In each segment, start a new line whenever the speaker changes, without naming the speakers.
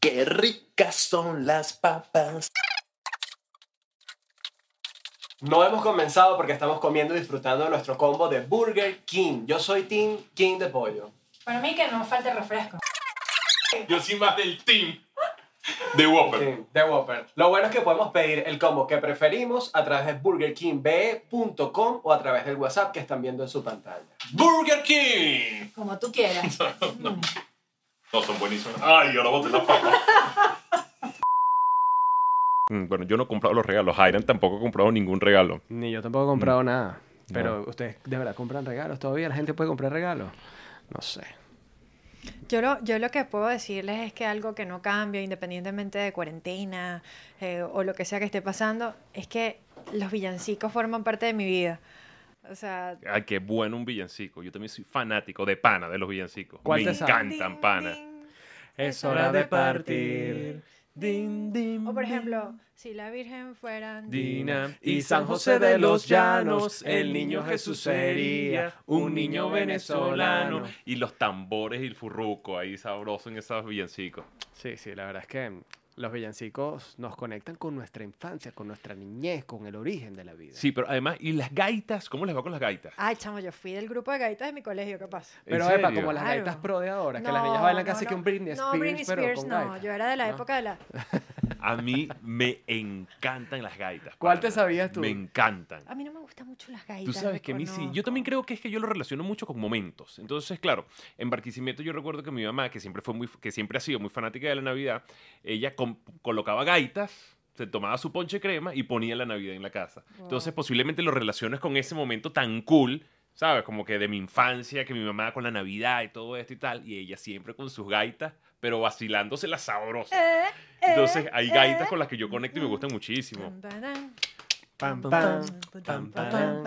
Qué ricas son las papas.
No hemos comenzado porque estamos comiendo y disfrutando de nuestro combo de Burger King. Yo soy Team King de pollo.
Para mí que no falte refresco.
Yo soy más del team de Whopper.
King de Whopper. Lo bueno es que podemos pedir el combo que preferimos a través de burgerkingbe.com o a través del WhatsApp que están viendo en su pantalla.
¡Burger King!
Como tú quieras. Mm.
No, son buenísimos. ¡Ay, ahora boté la papa!
Mm, Bueno, yo no he comprado los regalos. Jairan tampoco ha comprado ningún regalo.
Ni yo tampoco he comprado nada. Pero ustedes de verdad compran regalos todavía. La gente puede comprar regalos. No sé.
Yo lo, yo lo que puedo decirles es que algo que no cambia, independientemente de cuarentena eh, o lo que sea que esté pasando, es que los villancicos forman parte de mi vida. O sea,
Ay, qué bueno un villancico. Yo también soy fanático de pana de los villancicos.
¿Cuál
Me
te sabe?
encantan
ding,
pana.
ding.
Es
hora
de partir. Din, din,
O por ejemplo, si la Virgen fuera...
Dina y San José de los Llanos, el niño Jesús sería un niño venezolano.
Y los tambores y el furruco ahí sabroso en esos villancicos.
Sí, sí, la verdad es que mm, los villancicos nos conectan con nuestra infancia, con nuestra niñez, con el origen de la vida.
Sí, pero además, ¿y las gaitas? ¿Cómo les va con las gaitas?
Ay, chamo, yo fui del grupo de gaitas de mi colegio, ¿qué pasa?
¿En
Pero epa,
serio?
como las
Claro.
gaitas pro de ahora, que las niñas bailan casi que un Britney Spears,
No, Britney
pero
Spears
con
no.
gaitas. Ah.
Yo era de la
No.
época de la...
A mí me encantan las gaitas.
¿Cuál
pana.
te sabías tú?
Me encantan.
A mí no me gustan mucho las gaitas.
Tú sabes que a mí sí. Yo también creo que es que yo lo relaciono mucho con momentos. Entonces, claro, en Barquisimeto yo recuerdo que mi mamá, que siempre, fue muy, que siempre ha sido muy fanática de la Navidad, ella com- colocaba gaitas, se tomaba su ponche crema y ponía la Navidad en la casa. Entonces, posiblemente lo relaciones con ese momento tan cool, ¿sabes? Como que de mi infancia, que mi mamá con la Navidad y todo esto y tal, y ella siempre con sus gaitas, pero vacilándose las sabrosas.
Eh,
Entonces, hay gaitas con las que yo conecto y me gustan muchísimo.
Tan, tan, tan.
Pam, pam, pam, pam,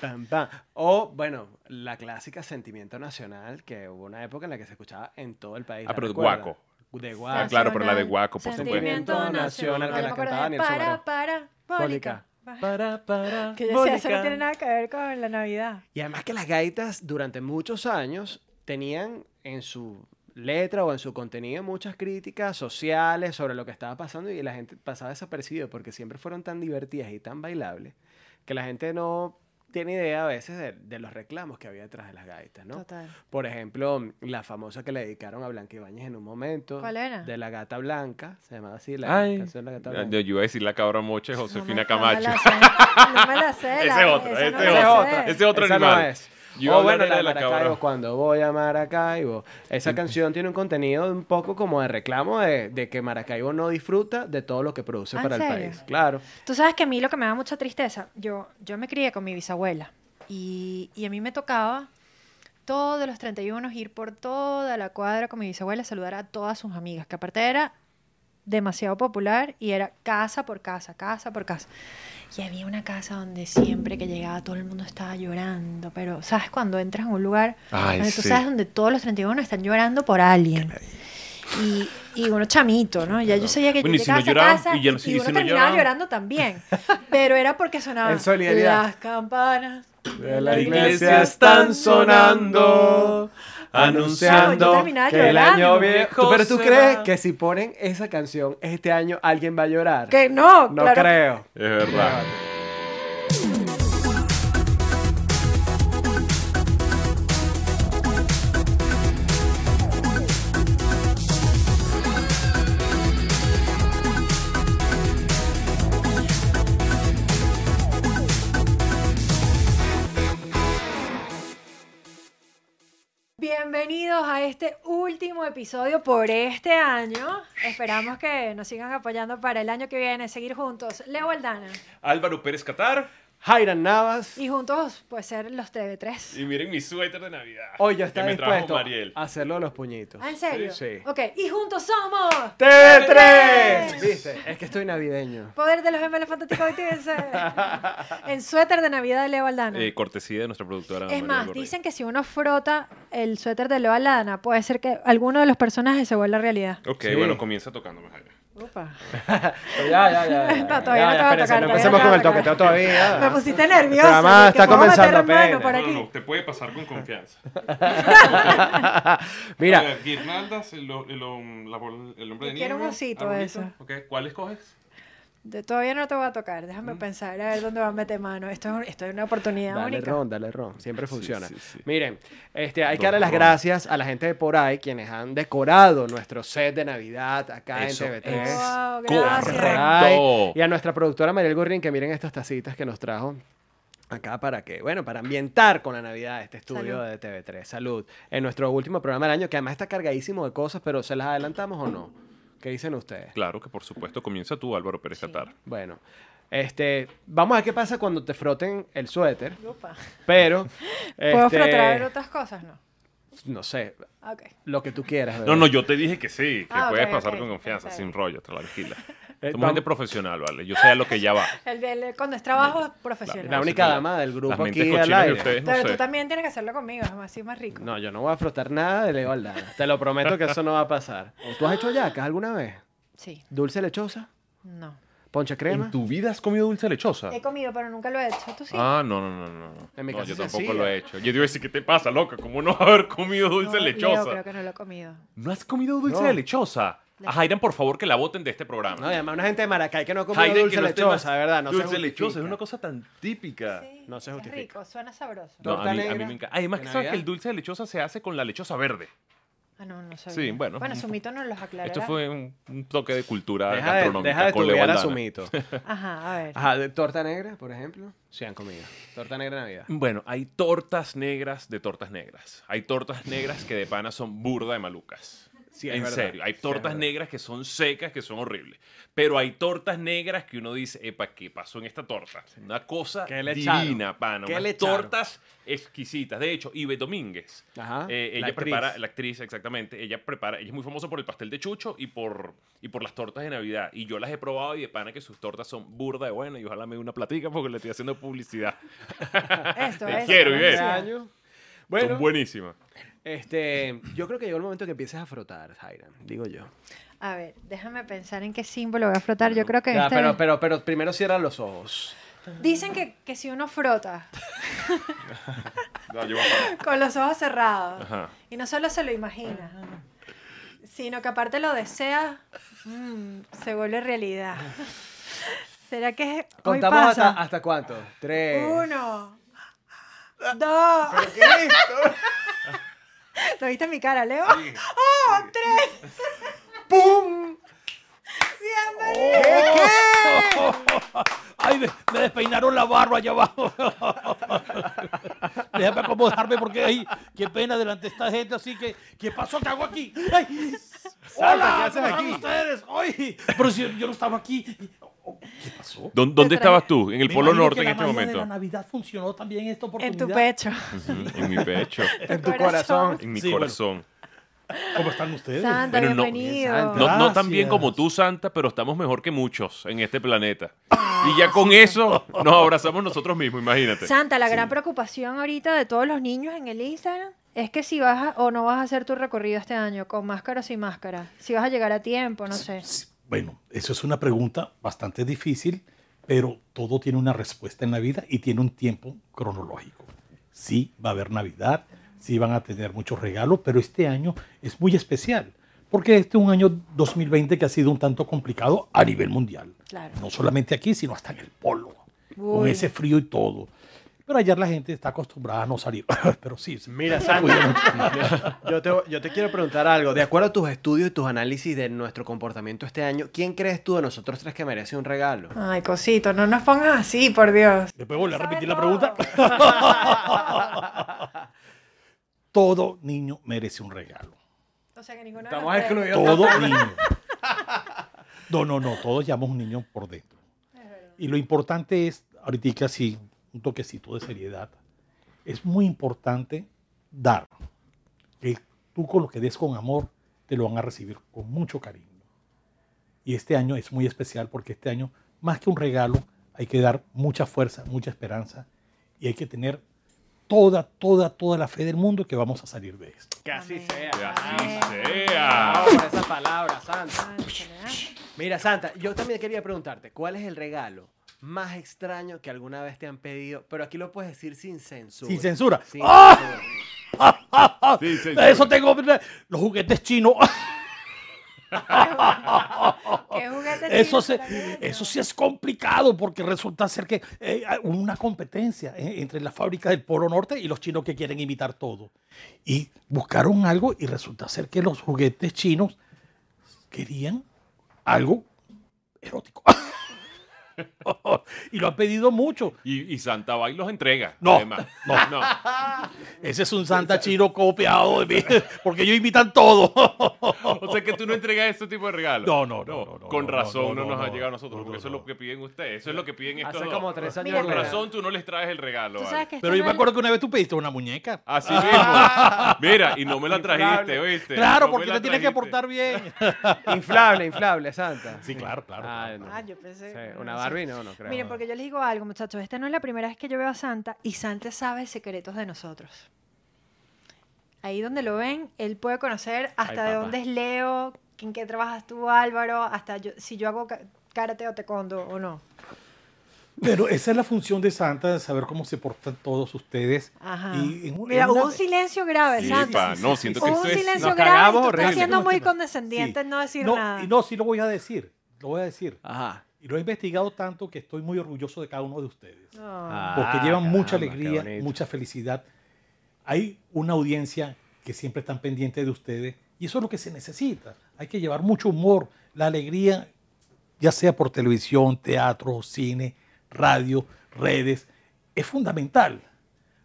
pam, pam. O, bueno, la clásica Sentimiento Nacional, que hubo una época en la que se escuchaba en todo el país.
Ah,
¿la
pero de
recuerdas?
guaco.
De
Ah,
guaco.
claro, pero la de Guaco, por
Sentimiento
supuesto.
nacional.
Que la
Yo me acuerdo
cantaba
de
Daniel Suárez.
Para, para,
Bólica.
bólica.
Para, para,
Que yo sé, eso
Mónica.
no tiene nada que ver con la Navidad.
Y además que las gaitas durante muchos años tenían en su letra o en su contenido muchas críticas sociales sobre lo que estaba pasando y la gente pasaba desapercibido porque siempre fueron tan divertidas y tan bailables que la gente no tiene idea a veces de, de los reclamos que había detrás de las gaitas, ¿no?
Total.
Por ejemplo, la famosa que le dedicaron a Blanca Ibáñez en un momento.
¿Cuál era?
De la gata blanca, se llamaba así, la
Ay,
canción de la gata
Ah,
blanca.
Yo iba a decir la cabra mocha de Josefina
No me-
Camacho.
No me la sé.
Ese es otro, ese es
la
otro,
sé.
ese es otro
Esa no
animal.
es.
Yo
o
hablaré
bueno, la
de
de
la
Maracaibo,
cabra.
cuando voy a Maracaibo. Esa canción tiene un contenido un poco como de reclamo de, de que Maracaibo no disfruta de todo lo que produce
¿Ah, en
para el
serio?
país. Claro.
Tú sabes que a mí lo que me da mucha tristeza, yo, yo me crié con mi bisabuela y, y a mí me tocaba todos los 31 ir por toda la cuadra con mi bisabuela a saludar a todas sus amigas, que aparte era demasiado popular y era casa por casa, casa por casa. Y había una casa donde siempre que llegaba todo el mundo estaba llorando, pero ¿sabes cuando entras a un lugar
Ay,
donde tú
sí.
sabes donde todos los 31 están llorando por alguien? Y, y uno chamito, ¿no? Ya yo sabía que
Bueno, y
yo
si no
llegaba a esa
lloraban,
casa
y
y,
ya no- y si
uno
no
terminaba
lloraban.
llorando también. Pero era porque sonaban
En solidaridad.
las campanas de
la
iglesia están sonando,
Ah,
anunciando Yo terminaba que el año llorando.
viejo
Pero tú
se
crees
va.
que si ponen esa canción este año alguien va a llorar.
Que no,
No
claro.
creo.
Es verdad.
Bienvenidos a este último episodio por este año. Esperamos que nos sigan apoyando para el año que viene, seguir juntos. Leo Aldana.
Álvaro Pérez Catar.
Jairan Navas.
Y juntos, pues, ser los TV3.
Y miren mi suéter de Navidad.
Hoy ya está
que me trajo
dispuesto Ah,
Mariel.
a hacerlo de los puñitos.
¿Ah, ¿En serio?
Sí.
Ok, y juntos somos
T3. ¿Viste? Es que estoy navideño.
Poder de los Gemelos Fantásticos Victimenses. En suéter de Navidad de Leo Aldana.
Eh, cortesía de nuestra productora.
Es
Mariel
más,
Gorri.
dicen que si uno frota el suéter de Leo Aldana, puede ser que alguno de los personajes se vuelva realidad.
Ok,
Sí.
bueno, comienza tocando mejor.
Upa.
Pero Pues ya, ya, ya. ya,
No,
ya,
todavía no
ya,
te va a
espérense,
tocar,
No
todavía no
empecemos
te
con
va a
el toqueteo todavía.
Me pusiste
El
nerviosa.
programa
dije,
Ah. está
¿puedo meter
comenzando
mano
apenas.
por
No,
aquí?
no, no, te puede pasar con confianza. A
Mira,
ver, guirnaldas, el, o- el, o- la bol- el hombre de nieve.
Quiero un osito
arbolito,
eso.
ok, ¿Cuál escoges?
De- todavía no te voy a tocar. Déjame pensar a ver dónde va a meter mano. Esto es, un- esto es una oportunidad
Mm. Dale
única.
ron, dale ron. Siempre funciona.
sí, sí.
Miren, este, hay que
Don
darle las
Ron.
gracias a la gente de por ahí quienes han decorado nuestro set de Navidad acá
Eso
en TVT.
es
Wow, gracias.
Correcto.
Correcto.
Y a nuestra productora Mariel Gurrin, que miren estas tacitas que nos trajo acá para que, bueno, para ambientar con la Navidad este estudio
Salud.
de TV3. Salud. En nuestro último programa del año, que además está cargadísimo de cosas, pero ¿se las adelantamos o no? ¿Qué dicen ustedes?
Claro que por supuesto comienza tú, Álvaro Pérez Catar.
Bueno, este, vamos a ver qué pasa cuando te froten el suéter,
Upa.
pero...
¿Puedo
este,
traer otras cosas? No.
No sé,
Ok.
lo que tú quieras.
No,
bebé. Eh,
no, yo te dije que sí, que
Ah, ok,
puedes pasar
ok,
con confianza,
está
sin
bien.
rollo, tranquila.
Eh,
Somos gente
vamos-
profesional, ¿vale? Yo sé a lo que ya va.
El, de- el- cuando es trabajo es profesional.
La única dama del grupo
Las mentes
aquí al
cochinas de
aire.
ustedes, no
Pero tú
sé.
también tienes que hacerlo conmigo, es más, así es más rico.
No, yo no voy a frotar nada de legal Te lo prometo que eso no va a pasar. ¿Tú has hecho yacas alguna vez?
Sí,
¿Dulce lechosa?
no.
¿Ponche crema?
¿En tu vida has comido dulce de lechosa?
He comido, pero nunca lo he hecho. ¿Tú sí?
Ah, no, no, no, no, no.
En mi
No,
casa
yo
se
tampoco
hacía.
lo he hecho. Yo digo, sí, ¿qué te pasa, loca? ¿Cómo no haber comido dulce de
No,
lechosa?
Leo, creo que no lo he comido.
¿No has comido dulce
No.
de lechosa? A Jairan, Ah, por favor, que la voten de este programa.
No, y además una gente de Maracay que no ha comido
Jairan, que
dulce
no esté más-
lechosa, de verdad. No se
dulce de lechosa
justifica.
es una cosa tan típica.
No se
Es
justifica.
rico, suena sabroso.
No,
Torta
a mí, a mí
negra
me encanta. Además,
de
que sabes
Navidad.
que el dulce de lechosa se hace con la lechosa verde.
Ah, no, no sabía.
Sí, bueno.
Bueno, Sumito nos los aclarará.
Esto fue un, un toque de cultura
Deja de,
gastronómica
deja de
con
tubear a
Leo Aldana.
Sumito.
Ajá, a ver.
Ajá, de torta negra, por ejemplo. Sí han comido. Torta negra de Navidad.
Bueno, hay tortas negras de tortas negras. Hay tortas negras que de pana son burda de malucas.
Sí, es
en
verdad.
serio, hay
Sí, es
tortas
verdad.
negras que son secas, que son horribles. Pero hay tortas negras que uno dice, epa, ¿qué pasó en esta torta? Una cosa
¿Qué le echaron?
divina, pana.
¿Qué
Unas
le echaron?
tortas exquisitas. De hecho, Ibe Domínguez,
Ajá,
eh,
la
ella
actriz.
prepara, la actriz, exactamente, ella prepara, ella es muy famosa por el pastel de chucho y por, y por las tortas de Navidad. Y yo las he probado y de pana que sus tortas son burda de buenas y ojalá me dé una platica porque le estoy haciendo publicidad.
Esto
Ah, te
es.
quiero,
¿no?
Iber.
O sea,
Cumpleaños. Bueno,
Son buenísimas.
este, yo creo que llegó el momento que empieces a frotar, Jairan, digo yo.
A ver, déjame pensar en qué símbolo voy a frotar. Yo creo que
Ya,
este-
pero, pero, pero primero cierra los ojos.
Dicen que, que si uno frota
No, yo voy a-
con los ojos cerrados
Ajá.
y no solo se lo imagina, sino que aparte lo desea, mm, se vuelve realidad. ¿Será que hoy
Contamos
pasa?
hasta, hasta cuánto. Tres.
Uno, dos. Este ¿Lo viste en mi cara, Leo? ¡Oh, tres!
¡Pum!
Ay, me, me despeinaron la barba allá abajo. Déjame acomodarme porque, ay, qué pena delante de esta gente. Así que, ¿qué pasó? ¿Qué hago aquí? Ay,
¿qué
¡Hola!
haces
¿Cómo están
aquí?
ustedes? Ay, pero si yo no estaba aquí. ¿Qué pasó?
¿Dó- ¿Dónde
Te trae-
estabas tú? En el
Me
Polo
imagino
Norte
que
en
la
este
magia de
momento.
la Navidad funcionó también en esta
En
oportunidad.
tu pecho.
Ujú, En mi pecho,
En tu
Corazón.
corazón.
en mi
Sí, bueno.
corazón.
¿Cómo están ustedes?
Santa,
Pero no-
bienvenido.
Santa.
No, no tan bien
Gracias.
como tú, Santa, pero estamos mejor que muchos en este planeta. Y ya con eso nos abrazamos nosotros mismos, imagínate.
Santa, la gran preocupación ahorita de todos los niños en el Instagram es que si vas a- o no vas a hacer tu recorrido este año, con máscara o sin máscara, si vas a llegar a tiempo, no sé.
Sí, Bueno, eso es una pregunta bastante difícil, pero todo tiene una respuesta en la vida y tiene un tiempo cronológico. Sí, va a haber Navidad, sí van a tener muchos regalos, pero este año es muy especial, porque este es un año 2020 que ha sido un tanto complicado a nivel mundial.
Claro.
No solamente aquí, sino hasta en el polo, con
Uy.
ese frío y todo. Pero allá la gente está acostumbrada a no salir, pero sí, sí.
Mira, Santa, yo te, yo te quiero preguntar algo. De acuerdo a tus estudios y tus análisis de nuestro comportamiento este año, ¿quién crees tú de nosotros tres que merece un regalo?
Ay, cosito, no nos pongas así, por Dios.
Después volver a
Sabe
repetir la
todo.
pregunta. Todo niño merece un regalo.
O sea que ninguno de
Estamos
los tres.
excluidos.
Todo niño. No, no, no, todos llamamos un niño por dentro. Y lo importante es, ahorita sí, un toquecito de seriedad. Es muy importante dar. Que tú con lo que des con amor, te lo van a recibir con mucho cariño. Y este año es muy especial porque este año, más que un regalo, hay que dar mucha fuerza, mucha esperanza y hay que tener toda, toda, toda la fe del mundo que vamos a salir de esto.
Que así
Amén.
sea.
Que así
Amén.
sea.
Bravo por esa palabra, Santa.
Cónchale, ¿eh?
Mira, Santa, yo también quería preguntarte, ¿cuál es el regalo más extraño que alguna vez te han pedido? Pero aquí lo puedes decir sin censura.
Sin censura.
Sin
¡Ah!
censura.
¡Ah!
Sí, sí,
De Eso
sí.
tengo los juguetes chinos.
Qué juguete
Eso,
chino
se-
tan grande.
eso sí es complicado porque resulta ser que eh, hay una competencia eh, entre las fábricas del Polo Norte y los chinos que quieren imitar todo. Y buscaron algo y resulta ser que los juguetes chinos querían algo erótico. y lo han pedido mucho.
Y, y Santa va y los entrega.
No,
además.
no.
no.
Ese es un santa chino copiado de mí, porque ellos imitan todo.
O sea que tú no entregas este tipo de regalos.
No, no, no, no, no,
Con
no,
razón
no,
no,
no,
nos ha
no,
llegado a nosotros,
no,
porque
no,
eso es
no.
lo que piden ustedes. Eso es lo que piden estos
Hace
dos.
como tres años.
Mira,
Con
pero-
razón tú no les traes el regalo.
Tú
¿vale?
sabes que este
Pero
esto
yo
no
me
es-
acuerdo que una vez tú pediste una muñeca.
Así mismo. Mira, y no me la trajiste,
Inflable.
¿oíste?
Ah. Claro,
No me
porque
la
te tienes que
trajiste.
portar bien.
Inflable, inflable, Santa.
Sí, claro, claro.
Ay, no.
Ah, yo pensé.
Sí,
bueno,
Una
no sé.
Barbie no, no creo.
Miren, porque yo les digo algo, muchachos. Esta no es la primera vez que yo veo a Santa y Santa sabe secretos de nosotros. Ahí donde lo ven, él puede conocer hasta de
papá.
dónde es Leo, en qué trabajas tú, Álvaro, hasta yo- si yo hago ca- karate o taekwondo o no.
Pero esa es la función de Santa, de saber cómo se portan todos ustedes.
Ajá.
Y en un-
Mira,
en una-
hubo un silencio grave,
Sí, pa,
Santa.
no, siento que
Hubo un
esto es...
silencio
nos
grave.
cagamos
Tú
horrible.
estás siendo muy
Sí.
condescendiente en no decir
No,
nada.
y no, sí lo voy a decir. Lo voy a decir.
Ajá.
Y lo he investigado tanto que estoy muy orgulloso de cada uno de ustedes.
No.
porque
Ah,
llevan mucha
caramba, qué
alegría,
bonito.
mucha felicidad. Hay una audiencia que siempre están pendiente de ustedes y eso es lo que se necesita. Hay que llevar mucho humor, la alegría, ya sea por televisión, teatro, cine, radio, redes, es fundamental.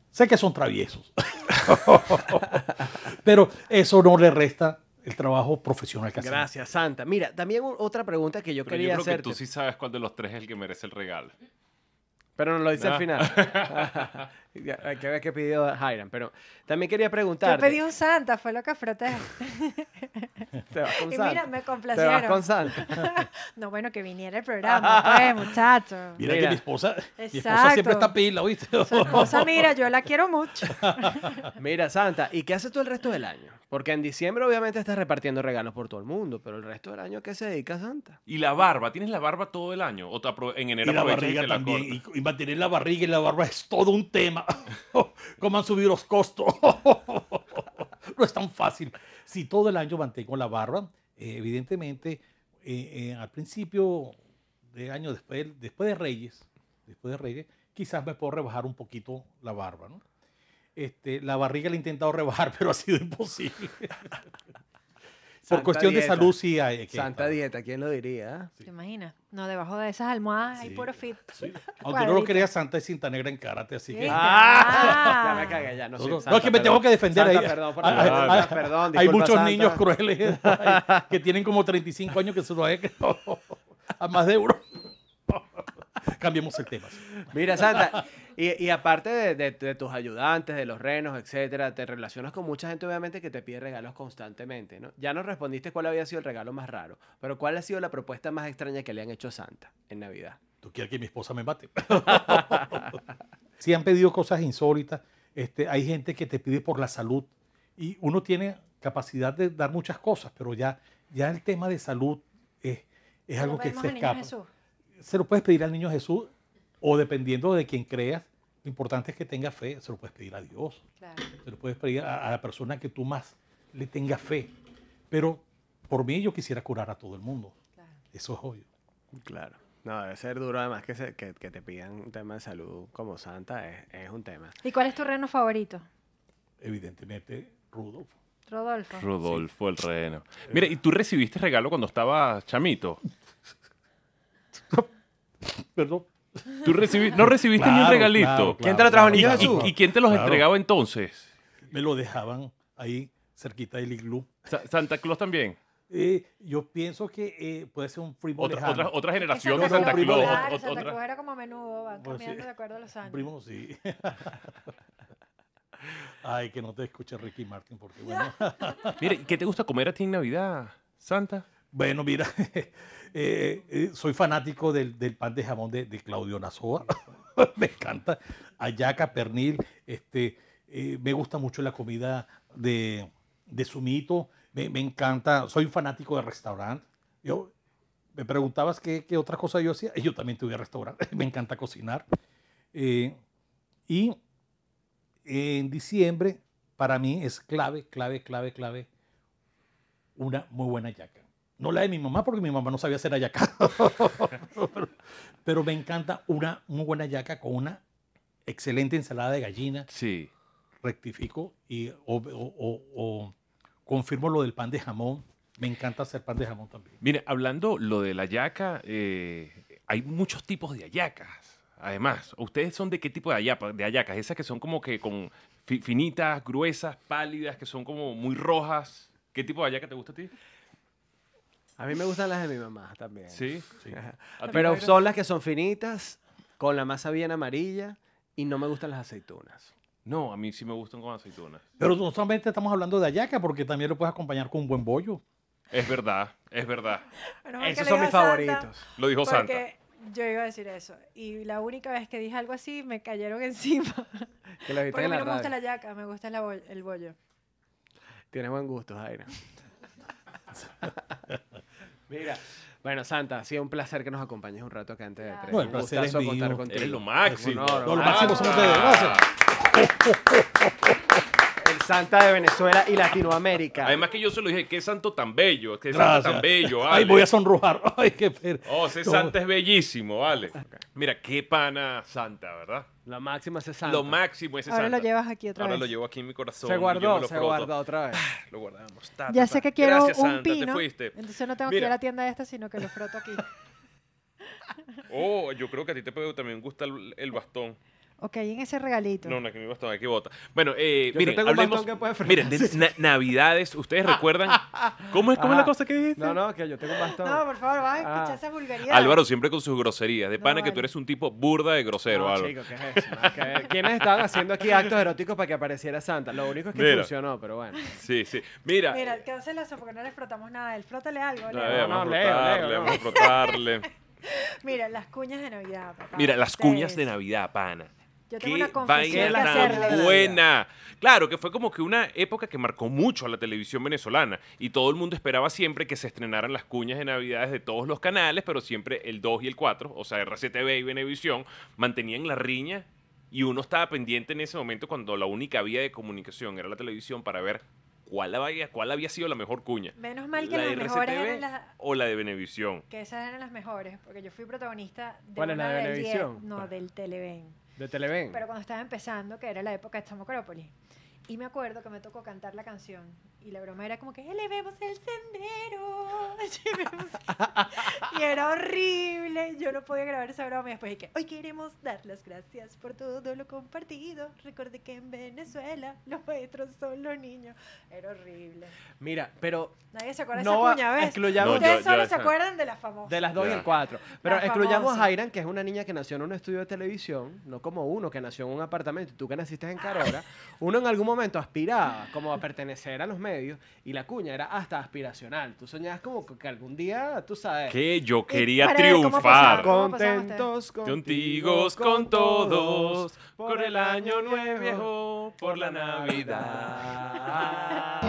Sé que son traviesos, pero eso no le resta el trabajo profesional que hacen.
Gracias, Santa. Mira, también u- otra pregunta que yo
Pero yo
quería
creo que
hacerte.
tú sí sabes cuál de los tres es el que merece el regalo.
Pero no lo dice
Ah.
al final. Ya, Hay que ver qué pidió Hiram. Pero también quería
Yo
preguntarte.
pedí un Santa, fue lo que afroté.
¿Te vas con
Y
Santa?
mira,
¿Te
me
vas con
complacieron.
Santa?
No, bueno, que viniera el programa, pues, muchachos.
Mira, que
Mira.
mi esposa, mi esposa
Exacto.
siempre está pila, ¿oíste?
Su esposa, mira, yo la quiero mucho.
Mira, Santa, ¿y qué haces tú el resto del año? Porque en diciembre obviamente estás repartiendo regalos por todo el mundo, pero el resto del año ¿qué se dedica Santa?
Y la barba, ¿tienes la barba todo el año? O te apro- en
Y
enero
la
aprovechas y
barriga
te la
también.
cortas?
Y, y mantener la barriga y la barba es todo un tema. ¿Cómo han subido los costos? no es tan fácil. Si todo el año mantengo la barba, eh, evidentemente, eh, eh, al principio de año, después, del- después de Reyes, después de Reyes, quizás me puedo rebajar un poquito la barba, ¿no? Este, la barriga la he intentado rebajar, pero ha sido imposible. Por
Santa
cuestión de
dieta.
salud, sí hay que
Santa dieta, ¿quién lo diría?
¿Te imaginas? No, debajo de esas almohadas hay
Sí.
puro fit.
Aunque no lo
Cuadrito.
creas, Santa es cinta negra en karate, así que...
¿Viste?
Ah, ya me cagué, ya no
No,
sé.
no, no,
Santa,
es que me
perdón.
tengo que defender
Santa,
ahí.
Perdón, por
Hay-
favor,
hay-
Santa, perdón,
Hay
disculpa,
muchos
Santa.
niños crueles ay, que tienen como 35 años que se lo han creado a más de uno. Cambiemos el tema.
Mira, Santa, y, y aparte de, de- de tus ayudantes, de los renos, etcétera, te relacionas con mucha gente, obviamente, que te pide regalos constantemente, ¿no? Ya nos respondiste cuál había sido el regalo más raro, pero ¿cuál ha sido la propuesta más extraña que le han hecho a Santa en Navidad?
Tú quieres que mi esposa me mate. si han pedido cosas insólitas, este, hay gente que te pide por la salud y uno tiene capacidad de dar muchas cosas, pero ya, ya el tema de salud es, es algo que
Vemos
se
al niño
escapa.
Jesús.
se lo puedes pedir al niño Jesús o dependiendo de quien creas, lo importante es que tenga fe, se lo puedes pedir a Dios,
Claro.
se lo puedes pedir a, a la persona que tú más le tengas fe. Pero por mí yo quisiera curar a todo el mundo,
Claro.
eso es obvio.
Claro. No, debe ser duro, además, que, se- que, que te pidan un tema de salud como Santa, es, es un tema.
¿Y cuál es tu reno favorito?
Evidentemente, Rudolfo.
Rodolfo.
Rodolfo el reno. Mira, ¿y tú recibiste regalo cuando estabas chamito?
Perdón.
¿Tú recibi- no recibiste ni un
Claro,
regalito?
claro,
¿Quién te lo trajo,
claro,
niño
claro,
¿Y,
Jesús?
claro.
y quién te los
Claro.
entregaba entonces?
Me lo dejaban ahí cerquita del iglú.
Sa- ¿Santa Claus también?
Eh, yo pienso que eh, puede ser un primo
Otra,
lejano.
otra, otra
Es que
generación de
Claus
Santa
era
Claus.
popular,
ot-
claro,
ot-
Santa
otra-
Claus era como a menudo, van
Pues sí.
cambiando de acuerdo a los años.
Primo, sí. Ay, que no te escuche Ricky Martin, porque bueno.
Mira, ¿y ¿qué te gusta comer a ti en Navidad, Santa?
Bueno, mira, eh, eh, soy fanático del, del pan de jamón de, de Claudio Nazoa. me encanta. Ayaca, pernil. Este, eh, me gusta mucho la comida de, de Sumito. Me, me encanta. Soy un fanático de restaurante. Yo, me preguntabas qué, qué otra cosa yo hacía. Yo también tuve restaurante. me encanta cocinar. Eh, y en diciembre, para mí es clave, clave, clave, clave, una muy buena yaca. No la de mi mamá, porque mi mamá no sabía hacer ayaca. pero, pero me encanta una muy buena yaca con una excelente ensalada de gallina.
Sí.
Rectifico y, o- o- o- o confirmo lo del pan de jamón. Me encanta hacer pan de jamón también.
Mire, hablando lo de la yaca, eh, hay muchos tipos de ayacas. Además, ¿ustedes son de qué tipo de, ayapa- de ayacas? Esas que son como que con fi- finitas, gruesas, pálidas, que son como muy rojas. ¿Qué tipo de ayaca te gusta a ti?
A mí me gustan las de mi mamá también.
Sí. ¿A ti,
Pero
Mayra?
son las que son finitas, con la masa bien amarilla y no me gustan las aceitunas.
No, a mí sí me gustan con aceitunas.
Pero no solamente estamos hablando de ayaca, porque también lo puedes acompañar con un buen bollo.
Es verdad, es verdad.
Menos mal que
Esos
le
son
digo
mis
Santa,
favoritos.
Lo dijo Santa.
Porque yo iba a decir eso. Y la única vez que dije algo así, me cayeron encima.
Que los
Porque
viste
a
en
mí
la
no me
radio.
gusta la yaca, me gusta la bol- el bollo.
Tienes buen gusto, Jaira. Mira, bueno, Santa, ha sido un placer que nos acompañes un rato acá en TV3.
Claro. No,
el
Un
placer
gustazo
es mío.
contar
Eres
contigo.
Eres lo máximo.
Un honor,
No, lo
Santa.
máximo son ustedes. Gracias.
El Santa de Venezuela y Latinoamérica.
Además que yo se lo dije, qué santo tan bello, qué santo
Gracias.
tan bello.
Ay,
Ale.
voy a sonrojar. Ay, qué pena.
Oh, ese
No.
Santa es bellísimo, vale. Mira, qué pana Santa, ¿verdad?
la máxima es Santa.
Lo máximo ese
Ahora
Santa.
lo llevas aquí otra
Ahora
vez.
lo llevo aquí en mi
se
corazón. y yo me
guardó,
lo
se
froto. Ah,
guardó otra vez.
Lo guardamos. ta, ta,
Ya sé
ta.
que quiero
Gracias,
un
Santa,
pino.
te fuiste.
Entonces no tengo que ir
Mira.
a la tienda esta, sino que lo froto aquí.
Oh, yo creo que a ti te puede- también gusta el, el bastón.
ok, en ese regalito.
No, no, aquí mi bastón, aquí bota. Bueno, eh,
Yo
miren,
tengo un
hablemos.
bastón que puede frenar.
miren, de na- Navidades, ¿ustedes recuerdan? ¿Cómo es, cómo es la
Ajá.
cosa que dijiste?
Ah. No, no, que yo tengo un bastón.
No, por favor, vas a escuchar
Ah.
esa vulgaridad.
Álvaro siempre con sus groserías. De
No,
pana que tú
vale.
eres un tipo burda de grosero,
No,
Álvaro.
chico, ¿qué es eso? No, que- ¿Quiénes estaban haciendo aquí actos eróticos para que apareciera Santa? Lo único es que
Mira.
funcionó, pero bueno.
Sí, sí. Mira.
Mira, que no se lazo porque no le frotamos nada. Él frótale algo.
A
Leo.
ver,
No, no,
vamos a
Leo, Leo,
frotarle,
no.
vamos a frotarle.
Mira, las cuñas de Navidad, papá.
Mira, las cuñas de
Ustedes.
Navidad, pana.
Yo tengo
Qué
una confesión que
vaina tan
hacerles.
buena. Claro, que fue como que una época que marcó mucho a la televisión venezolana y todo el mundo esperaba siempre que se estrenaran las cuñas de Navidades de todos los canales, pero siempre el 2 y el 4, o sea, RCTV y Venevisión, mantenían la riña y uno estaba pendiente en ese momento cuando la única vía de comunicación era la televisión para ver cuál había, cuál había sido la mejor cuña.
Menos mal que
la
las
de
mejores
RCTV
eran las...
o la de Venevisión.
Que esas eran las mejores, porque yo fui protagonista de
¿Cuál es
una
la de
del diez-
Venevisión?
No,
¿Cuál?
del Televen.
De Televen.
Pero cuando estaba empezando, que era la época de Chamacorópolis. Y me acuerdo que me tocó cantar la canción. Y la broma era como que elevemos el sendero. llevemos el-". y era horrible. Yo no podía grabar esa broma. Y después dije, hoy queremos dar las gracias por todo lo compartido. Recuerde que en Venezuela los maestros son los niños. Era horrible.
Mira, pero
Nadie se acuerda
no
de esa cuña, ¿ves?
excluyamos
No, yo-
Ustedes
yo
solo se
esa-
acuerdan de la famosa.
de las 2 y
Ya.
el 4. Pero
La
excluyamos
famosa.
a Iran, que es una niña que nació en un estudio de televisión, no como uno que nació en un apartamento y tú que naciste en Carora. Uno en algún momento aspiraba como a pertenecer a los medios y la cuña era hasta aspiracional. Tú soñabas como que algún día, tú sabes.
Que yo quería
para ver Eh, cómo
triunfar.
pasaba. ¿Cómo pasaban
Contentos contigo,
Contigo, con todos, por el año nuevo, viejo, por la Navidad.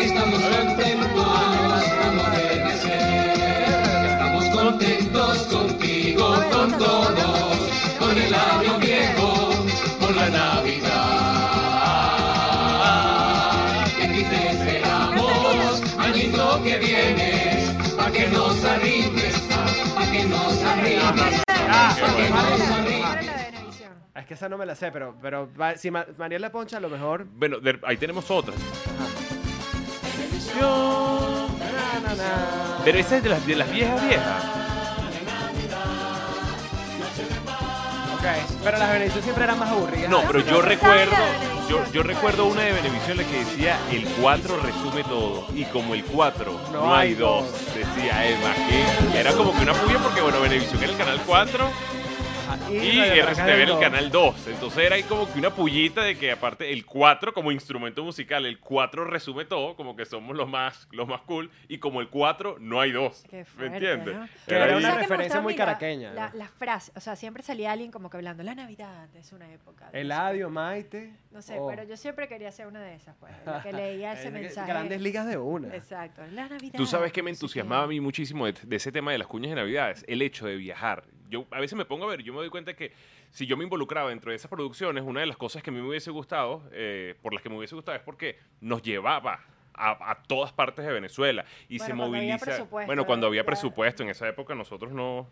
Estamos contentos, estamos contentos contigo, con todos, con el año viejo, por la Navidad. Y aquí te esperamos, añito que vienes, pa' que nos arrimes, pa' que nos arrimes.
Ahora la de Venevisión.
Es que esa no me la sé, pero, pero va- si Ma- María la poncha, a lo mejor.
Bueno, de- ahí tenemos otra.
Na, na, na.
Pero esa es de las, de las viejas viejas.
Ok, Pero las Venevisión siempre eran más aburridas.
No, pero yo recuerdo, yo,
Venevisión.
yo recuerdo una de Benevisión la que decía el 4 resume todo. Y como el 4 no, hay dos, decía Emma, que era como que una puya porque bueno, Benevisión era el canal 4.
Ajá, Ah, y,
Y
Radio Caracas
RCTV
del
era el
Dos.
canal 2. Entonces era ahí como que una pullita de que aparte el 4 como instrumento musical, el 4 resume todo, como que somos los más, los más cool, y como el 4 no hay 2.
Qué
¿Me
fuerte,
entiendes?
¿no?
Que era
Era
una
ahí-
¿Sabes qué me
referencia
gustaba?
muy
Mira,
caraqueña,
La,
¿no?
la frase, o sea, siempre salía alguien como que hablando, la Navidad es una época. de no sé
Eladio, Maite.
qué". No sé,
oh.
pero yo siempre quería ser una de esas, pues, la que leía ese
Es que
mensaje.
Grandes ligas de una.
Exacto, la Navidad.
Tú sabes que me
no sé qué.
entusiasmaba a mí muchísimo de, de ese tema de las cuñas de Navidades, el hecho de viajar. Yo a veces me pongo a ver, yo me doy cuenta que si yo me involucraba dentro de esas producciones, una de las cosas que a mí me hubiese gustado, eh, por las que me hubiese gustado, es porque nos llevaba a, a todas partes de Venezuela y
Bueno,
se
cuando había
moviliza.
presupuesto,
Bueno, cuando había
ya.
presupuesto, en esa época nosotros no.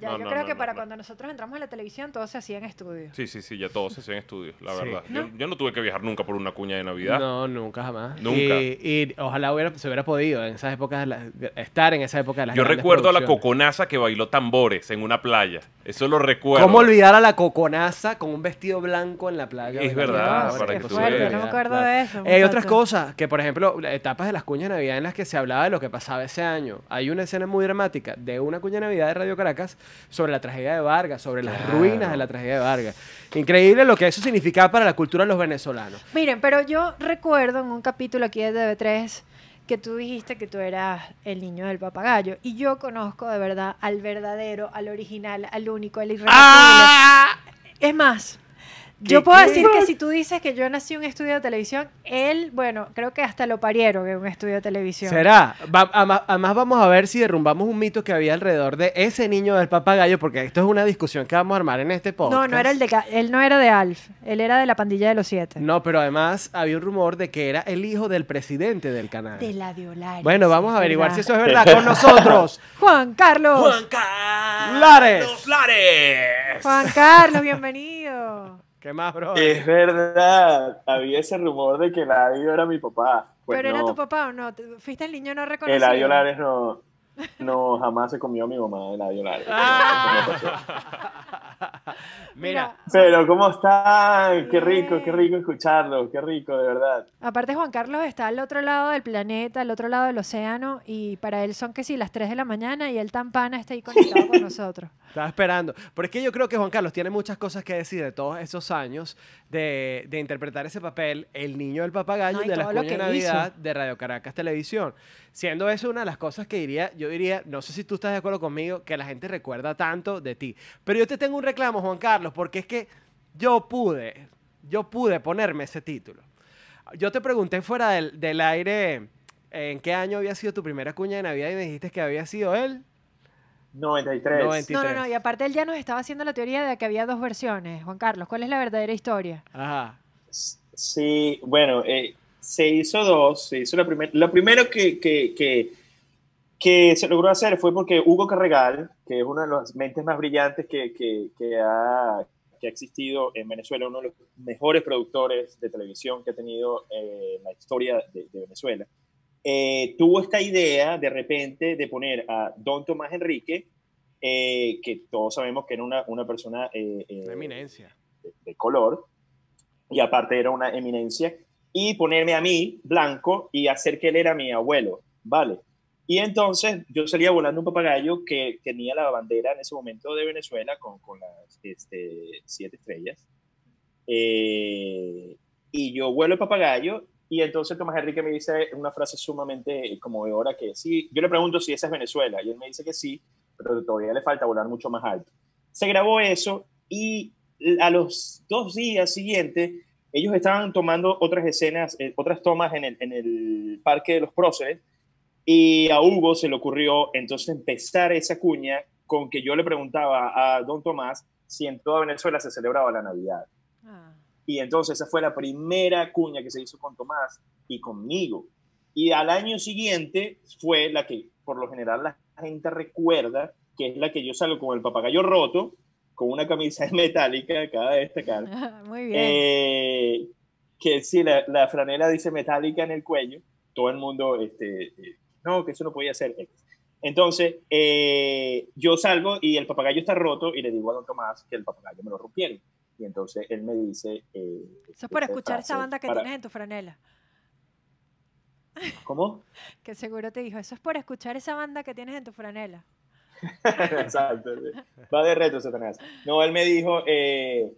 Ya,
No,
yo
no,
creo
no,
que
no,
para
no.
cuando nosotros entramos a la televisión todo se hacía en estudio.
Sí, sí, sí, ya todos se hacían estudios, la
Sí.
verdad. Yo, yo no tuve que viajar nunca por una cuña de Navidad.
No, nunca jamás.
Nunca.
Y, y ojalá hubiera, se hubiera podido en esas épocas de las- estar en esa época de las
Yo
grandes
recuerdo a la
producciones.
coconaza que bailó tambores en una playa. Eso lo recuerdo.
¿Cómo olvidar a la coconaza con un vestido blanco en la playa?
Es
bailando
verdad,
tambores?
para
Qué
que tú
fuerte,
veas.
no me acuerdo de eso,
Eh, Hay otras
muchacho.
cosas, que por ejemplo, las etapas de las cuñas de Navidad en las que se hablaba de lo que pasaba ese año. Hay una escena muy dramática de una cuña de Navidad de Radio Caracas sobre la tragedia de Vargas, sobre las ruinas de la tragedia de Vargas. Increíble lo que eso significaba para la cultura de los venezolanos.
Miren, pero yo recuerdo en un capítulo aquí de TV3 que tú dijiste que tú eras el niño del papagayo y yo conozco de verdad al verdadero, al original, al único, al irrepetible.
Ah.
Ah. Es más, yo puedo decir que si tú dices que yo nací en un estudio de televisión, él, bueno, creo que hasta lo parieron en un estudio de televisión.
¿Será? Va- ama- además vamos a ver si derrumbamos un mito que había alrededor de ese niño del papagayo, porque esto es una discusión que vamos a armar en este podcast.
No, no era el de Ga- él no era de Alf, él era de la pandilla de los siete.
No, pero además había un rumor de que era el hijo del presidente del canal.
De la Violaris.
Bueno, vamos a
es
averiguar
verdad.
si eso es verdad con nosotros.
Juan Carlos.
Juan
Juan, Ah.
Carlos
Lares.
Lares.
Carlos, bienvenido.
¿Qué más, bro?
Es verdad, había ese rumor de que Eladio era mi papá. Pues
¿Pero
no,
era tu papá o no? ¿Te- ¿Fuiste el niño no reconocido?
Eladio Lares no, no, jamás se comió a mi mamá, Eladio Lares.
Ah.
Ah. Mira,
Pero ¿cómo están? Qué rico,
Bien.
qué rico escucharlos, qué rico, de verdad.
Aparte, Juan Carlos está al otro lado del planeta, al otro lado del océano, y para él son que sí las 3 de la mañana y él tan pana está ahí conectado con nosotros.
estaba esperando. Pero es que yo creo que Juan Carlos tiene muchas cosas que decir de todos esos años de, de interpretar ese papel, el niño del papagayo
No, y
de las
todo lo
cuñas de
que hizo.
Navidad de Radio Caracas Televisión. Siendo eso una de las cosas que diría, yo diría, no sé si tú estás de acuerdo conmigo, que la gente recuerda tanto de ti. Pero yo te tengo un reclamo, Juan Carlos, porque es que yo pude, yo pude ponerme ese título. Yo te pregunté fuera del, del aire eh, en qué año había sido tu primera cuña de Navidad y me dijiste que había sido él.
93.
93.
No, no, no, y aparte él ya nos estaba haciendo la teoría de que había dos versiones. Juan Carlos, ¿cuál es la verdadera historia?
Ajá.
Sí, bueno, eh, se hizo dos, se hizo la primera. Lo primero que, que, que, que se logró hacer fue porque Hugo Carregal, que es una de las mentes más brillantes que, que, que ha, que ha existido en Venezuela, uno de los mejores productores de televisión que ha tenido eh, la historia de, de Venezuela, eh, tuvo esta idea de repente de poner a Don Tomás Enrique, eh, que todos sabemos que era una, una persona eh, eh,
Una eminencia.
de, de color, y aparte era una eminencia, y ponerme a mí, blanco, y hacer que él era mi abuelo, ¿vale? Y entonces yo salía volando un papagayo que tenía la bandera en ese momento de Venezuela con, con las este, siete estrellas. Eh, y yo vuelo el papagayo y entonces Tomás Enrique me dice una frase sumamente conmovedora que sí, yo le pregunto si esa es Venezuela y él me dice que sí, pero todavía le falta volar mucho más alto. Se grabó eso y a los dos días siguientes ellos estaban tomando otras escenas, eh, otras tomas en el, en el Parque de los Próceres y a Hugo se le ocurrió entonces empezar esa cuña con que yo le preguntaba a don Tomás si en toda Venezuela se celebraba la Navidad.
Ah.
Y entonces esa fue la primera cuña que se hizo con Tomás y conmigo. Y al año siguiente fue la que por lo general la gente recuerda, que es la que yo salgo con el papagayo roto, con una camisa metálica, acaba de destacar.
Muy bien.
Eh, que sí, la, la franela dice metálica en el cuello. Todo el mundo, este, eh, no, que eso no podía ser. Entonces, eh, yo salgo y el papagayo está roto y le digo a don Tomás que el papagayo me lo rompieron. Y entonces él me dice... eh,
Eso es por
esta
escuchar esa
frase
banda que
para-
tienes en tu franela.
¿Cómo?
Que seguro te dijo, eso es por escuchar esa banda que tienes en tu franela.
Exacto. sí. Va de reto, Satanás. No, él me dijo, eh,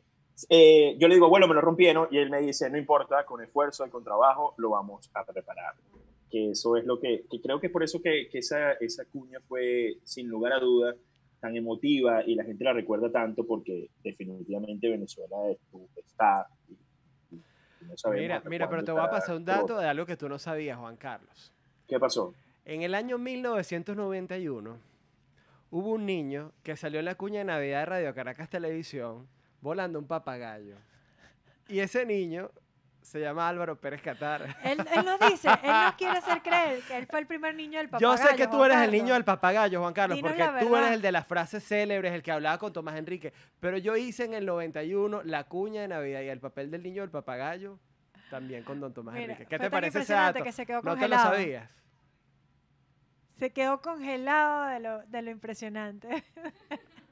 eh, yo le digo, bueno, me lo rompieron, y él me dice, no importa, con esfuerzo y con trabajo lo vamos a reparar. Que eso es lo que, que creo que es por eso que, que esa, esa cuña fue, sin lugar a duda, tan emotiva y la gente la recuerda tanto porque definitivamente Venezuela estuvo- está... y- y no sabemos
Mira,
hasta
mira, pero
cuándo
te voy a
está-
pasar un dato de algo que tú no sabías, Juan Carlos.
¿Qué pasó?
En el año 1991 hubo un niño que salió en la cuña de Navidad de Radio Caracas Televisión volando un papagayo. Y ese niño se llama Álvaro Pérez Catar.
Él, él nos dice, él nos quiere hacer creer que él fue el primer niño del papagayo.
Yo sé que tú
Juan
eres el
Carlos.
niño del papagayo, Juan Carlos,
Dinos
porque
la
tú eres
verdad.
el de las frases célebres, el que hablaba con Tomás Enrique. Pero yo hice en el 91 la cuña de Navidad y el papel del niño del papagayo también con don Tomás
Mira,
Enrique. ¿Qué
fue
te
tan
parece ese
impresionante
dato?
que se quedó
no te lo
congelado.
sabías.
Se quedó congelado de lo, de lo impresionante.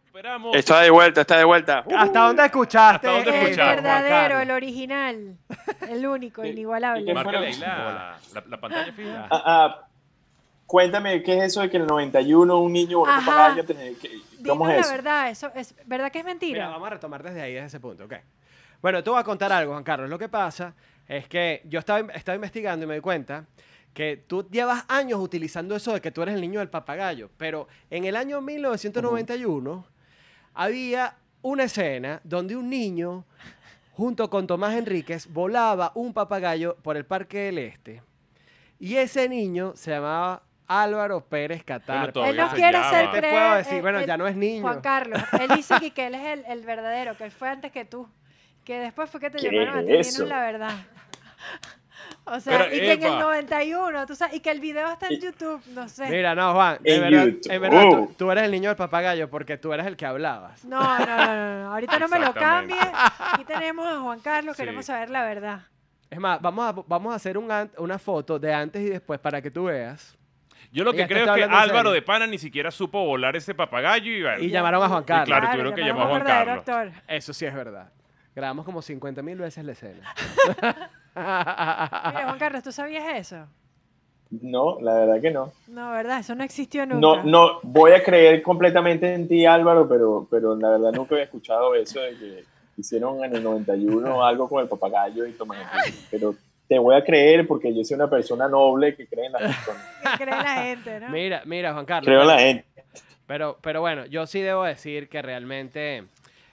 Esperamos.
Está de vuelta, está de vuelta.
¿Hasta dónde escuchaste?
¿Hasta dónde
esto,
El
escuchaste, Juan
Juan
verdadero, el
Carlos?
original, el único,
¿Y-
inigualable.
y qué fue?
Márcale ahí la, la- la pantalla fija.
Ah, ah, cuéntame, ¿qué es eso de que en el 91 un niño voló
Ajá.
para allá? ¿Qué- qué- ¿Cómo
Dinos
es
la
eso?
verdad, eso es verdad que es
Mira,
mentira.
vamos a retomar desde ahí, desde ese punto, ok. Bueno, te voy a contar algo, Juan Carlos. Lo que pasa es que yo estaba, estaba investigando y me di cuenta que tú llevas años utilizando eso de que tú eres el niño del papagayo, pero en el año 1991 había una escena donde un niño, junto con Tomás Enríquez, volaba un papagayo por el Parque del Este. Y ese niño se llamaba Álvaro Pérez Catar.
Bueno,
él
todavía
nos
se
quiere
llama.
hacer
¿Qué
te
creer.
puedo decir?
eh,
Bueno,
él-
ya no es niño.
Juan Carlos, él dice aquí que él es el, el verdadero, que él fue antes que tú. Que después fue que te
¿Qué
llamaron a ti,
es
dinos
eso?
la verdad. O sea,
Pero,
y que en el
epa.
91, tú sabes, y que el video está en YouTube, no sé.
Mira, no, Juan, de
En
verdad,
YouTube.
en verdad, tú,
Oh.
tú eres el niño del papagayo porque tú eres el que hablabas.
No, no, no, no, no, ahorita no me lo
Exactamente.
cambie. Aquí tenemos a Juan Carlos,
Sí.
queremos saber la verdad.
Es más, vamos a, vamos a hacer un an- una foto de antes y después para que tú veas.
Yo lo
Mira, te
que creo es
estoy
que
este hablando en
Álvaro
serio.
de Pana ni siquiera supo volar ese papagayo y, bueno,
Y llamaron a Juan Carlos.
claro, tuvieron que llamar a
llamaron un
Juan
verdadero
Carlos.
actor.
Eso sí es verdad. Grabamos como 50 mil veces la escena.
Mira, Juan Carlos, ¿tú sabías eso?
No, la verdad que no.
No, ¿verdad? Eso no existió nunca.
No, no, voy a creer completamente en ti, Álvaro, pero, pero la verdad nunca había escuchado eso de que hicieron en el 91 algo con el papagayo y Tomás Enrique. Pero te voy a creer porque yo soy una persona noble que cree en la persona.
Que cree la gente, ¿no?
mira, mira, Juan Carlos.
Creo en la
pero-
gente.
Pero, pero bueno, yo sí debo decir que realmente,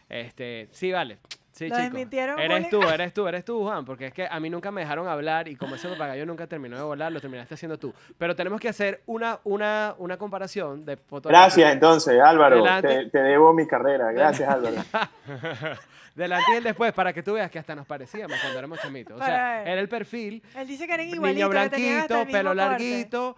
este, sí, vale. Sí,
Lo
chico.
desmintieron,
Eres
Juli.
tú, eres tú, eres tú, Juan, porque es que a mí nunca me dejaron hablar y como ese papagayo nunca terminó de volar, lo terminaste haciendo tú. Pero tenemos que hacer una, una, una comparación de fotografía.
Gracias, entonces, Álvaro.
Adelante.
Te, te debo mi carrera. Gracias, Álvaro.
Del antes y el después, para que tú veas que hasta nos parecíamos cuando éramos chamitos. O sea,
Para ver.
era el perfil,
Él dice que eran igualitos.
niño
que tenían hasta
blanquito,
el mismo
pelo
corte.
larguito,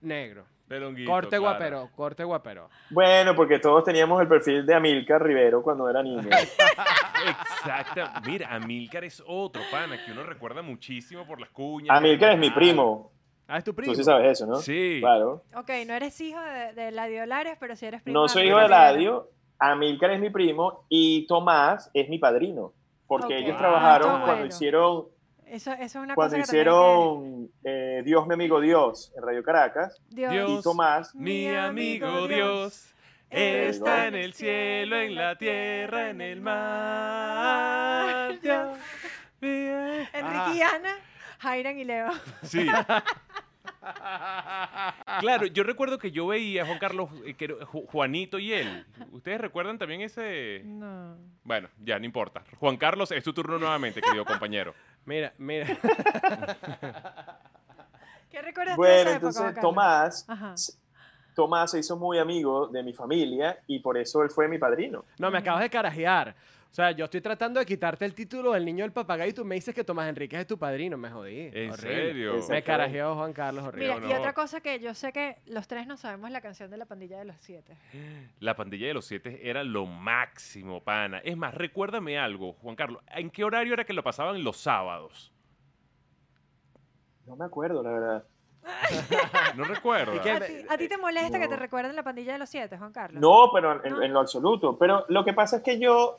negro.
Pelonguito,
Corte
claro.
guapero, corte guapero.
Bueno, porque todos teníamos el perfil de Amilcar Rivero cuando era niño.
Exacto. Mira, Amílcar es otro pana que uno recuerda muchísimo por las cuñas.
Amilcar es mi
Ah,
primo.
Ah, es tu primo.
Tú sí sabes eso, ¿no?
Sí.
Claro.
Ok, no eres hijo de, de Ladio Lares, pero sí eres primo.
No soy hijo de Ladio, Amilcar es mi primo y Tomás es mi padrino. Porque
Ok.
ellos
Ah,
trabajaron
bueno.
cuando hicieron,
Eso, eso es una
cuando
cosa que también
hicieron eh, Dios, mi amigo Dios en Radio Caracas.
hay que- Dios,
Dios.
Y Tomás,
Mi amigo Dios está en el cielo, en la tierra, en el mar. Ah.
Ah.
Dios. mío.
Enrique y Ana, Jairan y Leo.
Sí. Claro, yo recuerdo que yo veía a Juan Carlos, eh, que era Ju- Juanito y él. ¿Ustedes recuerdan también ese...?
No.
Bueno, ya, no importa. Juan Carlos, es tu turno nuevamente, querido compañero.
Mira, mira.
¿Qué recuerdas tú de
Bueno,
esa época, Juan
entonces
Carlos?
Tomás,
Ajá.
Tomás se hizo muy amigo de mi familia y por eso él fue mi padrino.
No, me acabas de carajear. O sea, yo estoy tratando de quitarte el título del niño del papagayo y tú me dices que Tomás Enriquez es tu padrino. Me jodí.
¿En
Horrible.
serio?
Exacto.
Me carajeó Juan Carlos horrible.
Mira,
Leo,
y
no.
otra cosa que yo sé que los tres no sabemos la canción de la pandilla de los siete.
La pandilla de los siete era lo máximo, pana. Es más, recuérdame algo, Juan Carlos. ¿En qué horario era que lo pasaban los sábados?
No me acuerdo, la verdad.
No recuerdo.
¿Y qué-
¿A ti, a ti te molesta que
no.
te recuerden la pandilla de los siete, Juan Carlos?
No, pero en,
No.
en lo absoluto. Pero lo que pasa es que yo,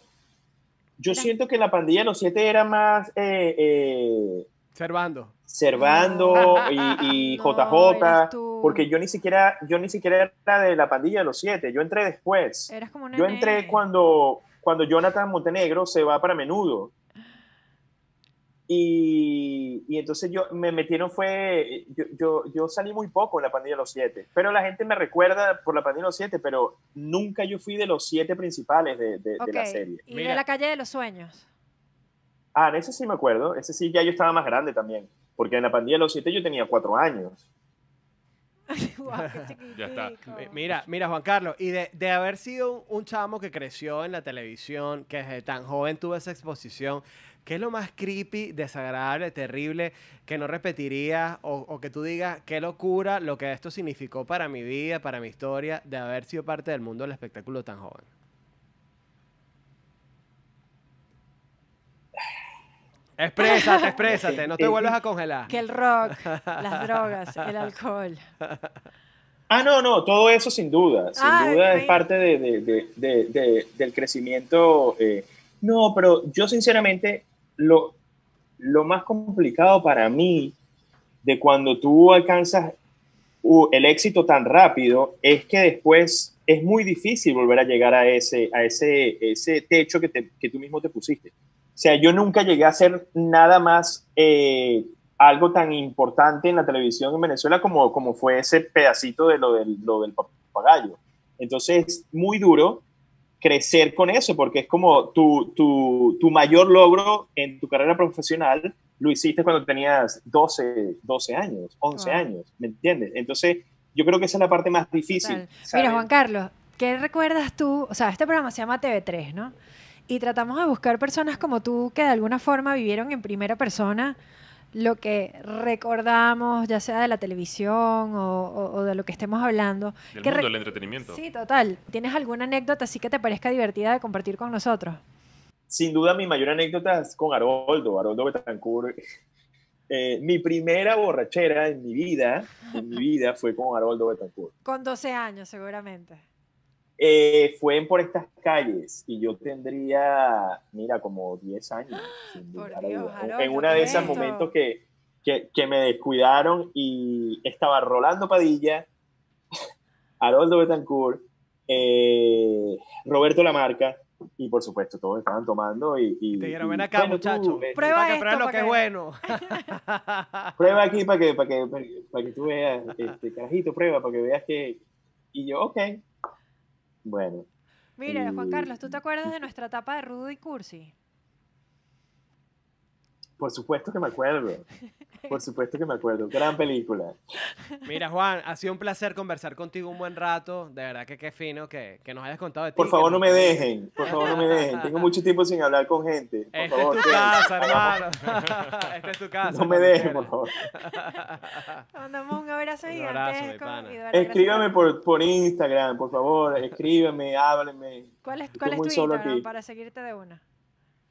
yo
Era-
siento que la pandilla de los siete era más... eh, eh,
Servando.
Servando y, y
No,
JJ.
eras tú, tú.
Porque yo ni siquiera, yo ni siquiera era de la pandilla de los siete, yo entré después.
Eras como un
Yo
nene.
entré cuando, cuando Jonathan Montenegro se va para menudo. Y, y entonces yo me metieron fue, yo, yo, yo salí muy poco en la pandilla de los siete, pero la gente me recuerda por la pandilla de los siete, pero nunca yo fui de los siete principales de, de- de
Ok,
la serie.
Y
Mira.
de la calle de los sueños.
Ah, en ese sí me acuerdo, ese sí ya yo estaba más grande también, porque en la pandilla de los siete yo tenía cuatro años.
Guau, qué
Ya está. Mi-
chiquitico.
Mi- Mira, mira, Juan Carlos, y de, de haber sido un, un chamo que creció en la televisión, que desde tan joven tuvo esa exposición, ¿qué es lo más creepy, desagradable, terrible que no repetirías o, o que tú digas, qué locura lo que esto significó para mi vida, para mi historia, de haber sido parte del mundo del espectáculo tan joven? Exprésate, exprésate, no te vuelvas a congelar.
Que el rock, las drogas, el alcohol.
Ah, no, no, todo eso sin duda, sin
Ay,
duda es
me-
parte de, de- de- de- de- del crecimiento. eh. No, pero yo sinceramente, lo, lo más complicado para mí de cuando tú alcanzas uh, el éxito tan rápido es que después es muy difícil volver a llegar a ese, a ese, ese techo que, te- que tú mismo te pusiste. O sea, yo nunca llegué a hacer nada más eh, algo tan importante en la televisión en Venezuela como, como fue ese pedacito de lo del, lo del papagayo. Entonces es muy duro crecer con eso porque es como tu, tu, tu mayor logro en tu carrera profesional lo hiciste cuando tenías 12, 12 años,
Wow.
11 años, ¿me entiendes? Entonces yo creo que esa es la parte más difícil.
Total.
¿sabes?
Mira, Juan Carlos, ¿qué recuerdas tú? O sea, este programa se llama TV3, ¿no? Y tratamos de buscar personas como tú que de alguna forma vivieron en primera persona lo que recordamos, ya sea de la televisión o, o- o de lo que estemos hablando.
Del
¿Qué
mundo
re-
del entretenimiento.
Sí, total. ¿Tienes alguna anécdota así que te parezca divertida de compartir con nosotros?
sin duda mi mayor anécdota es con Haroldo, Haroldo Betancourt. Eh, mi primera borrachera en mi vida, en mi vida fue con Haroldo Betancourt.
Con 12 años, seguramente.
Eh, fue en por estas calles y yo tendría, mira, como 10 años. sin
¡Ah! Por
lugar a
Dios,
duda.
Haroldo,
en una
¿qué
de
es
esos
esto?
momentos que, que, que me descuidaron y estaba Rolando Padilla, Haroldo Betancourt, eh, Roberto Lamarca y por supuesto todos estaban tomando y... y-
Te dijeron,
y,
ven acá,
bueno, tú,
muchacho.
eh,
Prueba
para que
esto,
pruebes lo
para
que es
que-
bueno.
prueba aquí para que, para que, para que, para que tú veas, este, carajito, prueba para que veas que... Y yo, ok. Bueno,
Mira, Juan
Y-
Carlos, ¿tú te acuerdas de nuestra etapa de Rudo y Cursi?
Por supuesto que me acuerdo. Por supuesto que me acuerdo. Gran película.
Mira, Juan, ha sido un placer conversar contigo un buen rato. De verdad que qué fino que, que nos hayas contado de ti.
Por
que
favor, no
nos-
me dejen. Por favor, no me dejen. Tengo mucho tiempo sin hablar con gente. Por
Esta Este
favor,
es tu
ven.
casa, hermano. Esta es tu casa.
No me
cuando
dejen,
quieras.
por favor.
Te mandamos un
Un abrazo,
abrazo
mi
gigantesco.
pana.
y de verdad, gracias
Escríbame por, por Instagram, por favor. Escríbame, háblenme.
¿Cuál es,
Estoy
cuál es tu
muy solo
Instagram
aquí.
para seguirte de una?